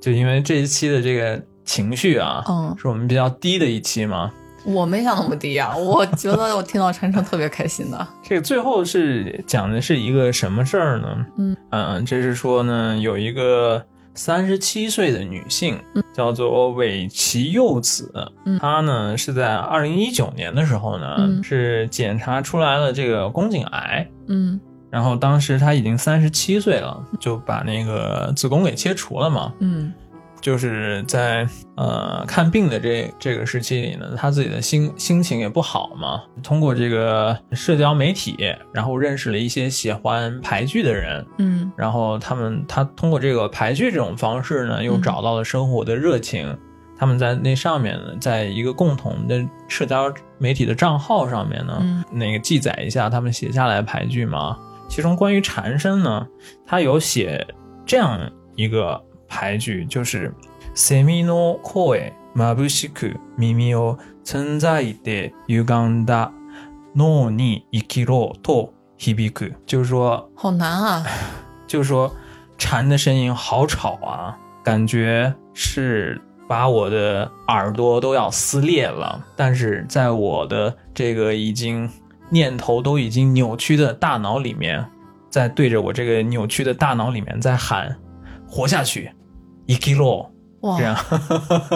E: 就因为这一期的这个情绪啊，
C: 嗯，
E: 是我们比较低的一期嘛。
C: 我没想那么低啊，我觉得我听到蝉声特别开心的。
E: 这个最后是讲的是一个什么事儿呢？
C: 嗯
E: 嗯，这是说呢，有一个三十七岁的女性，叫做尾崎柚子，
C: 嗯
E: 她呢是在二零一九年的时候呢，
C: 嗯
E: 是检查出来了这个宫颈癌，
C: 嗯
E: 然后当时她已经三十七岁了，就把那个子宫给切除了嘛。
C: 嗯
E: 就是在呃看病的这这个时期里呢，他自己的心心情也不好嘛。通过这个社交媒体，然后认识了一些喜欢排剧的人，
C: 嗯
E: 然后他们他通过这个排剧这种方式呢，又
C: 嗯
E: 找到了生活的热情。他们在那上面呢，在一个共同的社交媒体的账号上面呢，
C: 嗯
E: 那个记载一下他们写下来的排剧嘛。其中关于蝉声呢，他有写这样一个排句，就是「セミの声まぶしく耳をつんざいて歪んだ脳に生きろと響く」，就是说
C: 好难啊。
E: 就是说蝉的声音好吵啊，感觉是把我的耳朵都要撕裂了。但是在我的这个已经念头都已经扭曲的大脑里面，在对着我这个扭曲的大脑里面在喊“活下去 i k i r o
C: 哇
E: 这，样，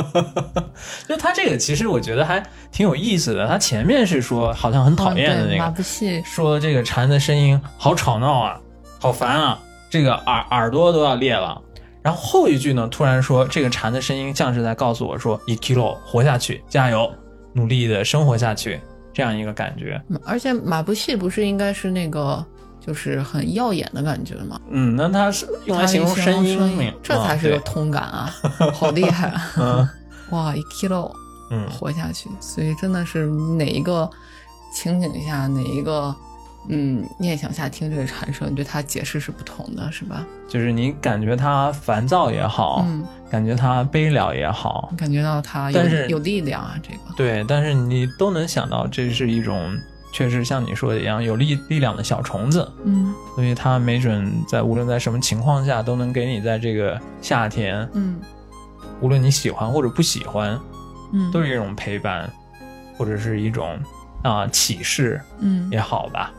E: 就他这个其实我觉得还挺有意思的。他前面是说好像很讨厌的那个，
C: 马不细，
E: 说这个蝉的声音好吵闹啊，好烦啊，这个耳耳朵都要裂了。然后后一句呢，突然说这个蝉的声音像是在告诉我说 i k i r o 活下去，加油，努力的生活下去，这样一个感觉。
C: 嗯而且马不细不是应该是那个就是很耀眼的感觉吗？
E: 嗯，那它是用来形容
C: 它
E: 声音
C: 一形容声
E: 没有，
C: 这才是
E: 嗯
C: 有通感啊，好厉害啊！
E: 对嗯
C: 哇，一 kilo
E: 嗯
C: 活下去，所以真的是哪一个情景下，哪一个嗯念想下听这个蝉声，你对它解释是不同的，是吧？
E: 就是你感觉它烦躁也好，
C: 嗯，
E: 感觉它悲凉也好
C: 你，感觉到它
E: 但
C: 有
E: 是
C: 有力量啊，这个
E: 对，但是你都能想到这是一种确实像你说的一样有力力量的小虫子，
C: 嗯
E: 所以它没准在无论在什么情况下，都能给你在这个夏天，
C: 嗯
E: 无论你喜欢或者不喜欢，
C: 嗯，
E: 都是一种陪伴，或者是一种啊、启示
C: 嗯，
E: 也好吧。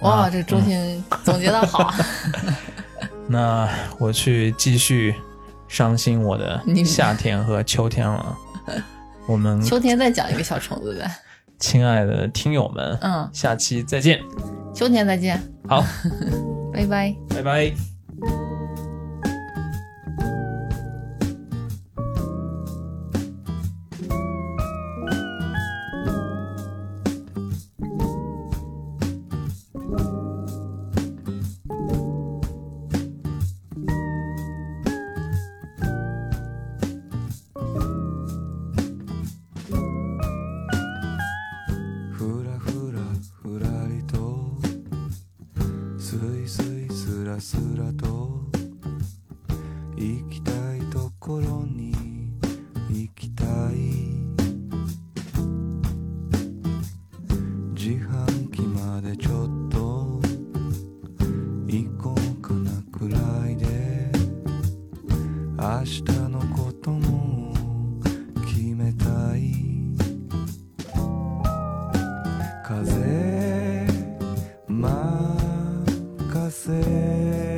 C: 哇，
E: 啊
C: 这中心总结的好 啊，
E: 那我去继续伤心我的
C: 你
E: 夏天和秋天了。我们
C: 秋天再讲一个小虫子呗，
E: 亲爱的听友们，
C: 嗯
E: 下期再见。
C: 秋天再见，
E: 好，
C: 拜拜。
E: 拜拜。
H: ふらふらふらりとすいすいすらすらと行きたいところに行きたい自販機までちょっと行こうかなくらいで明日のことも決めたい風任せ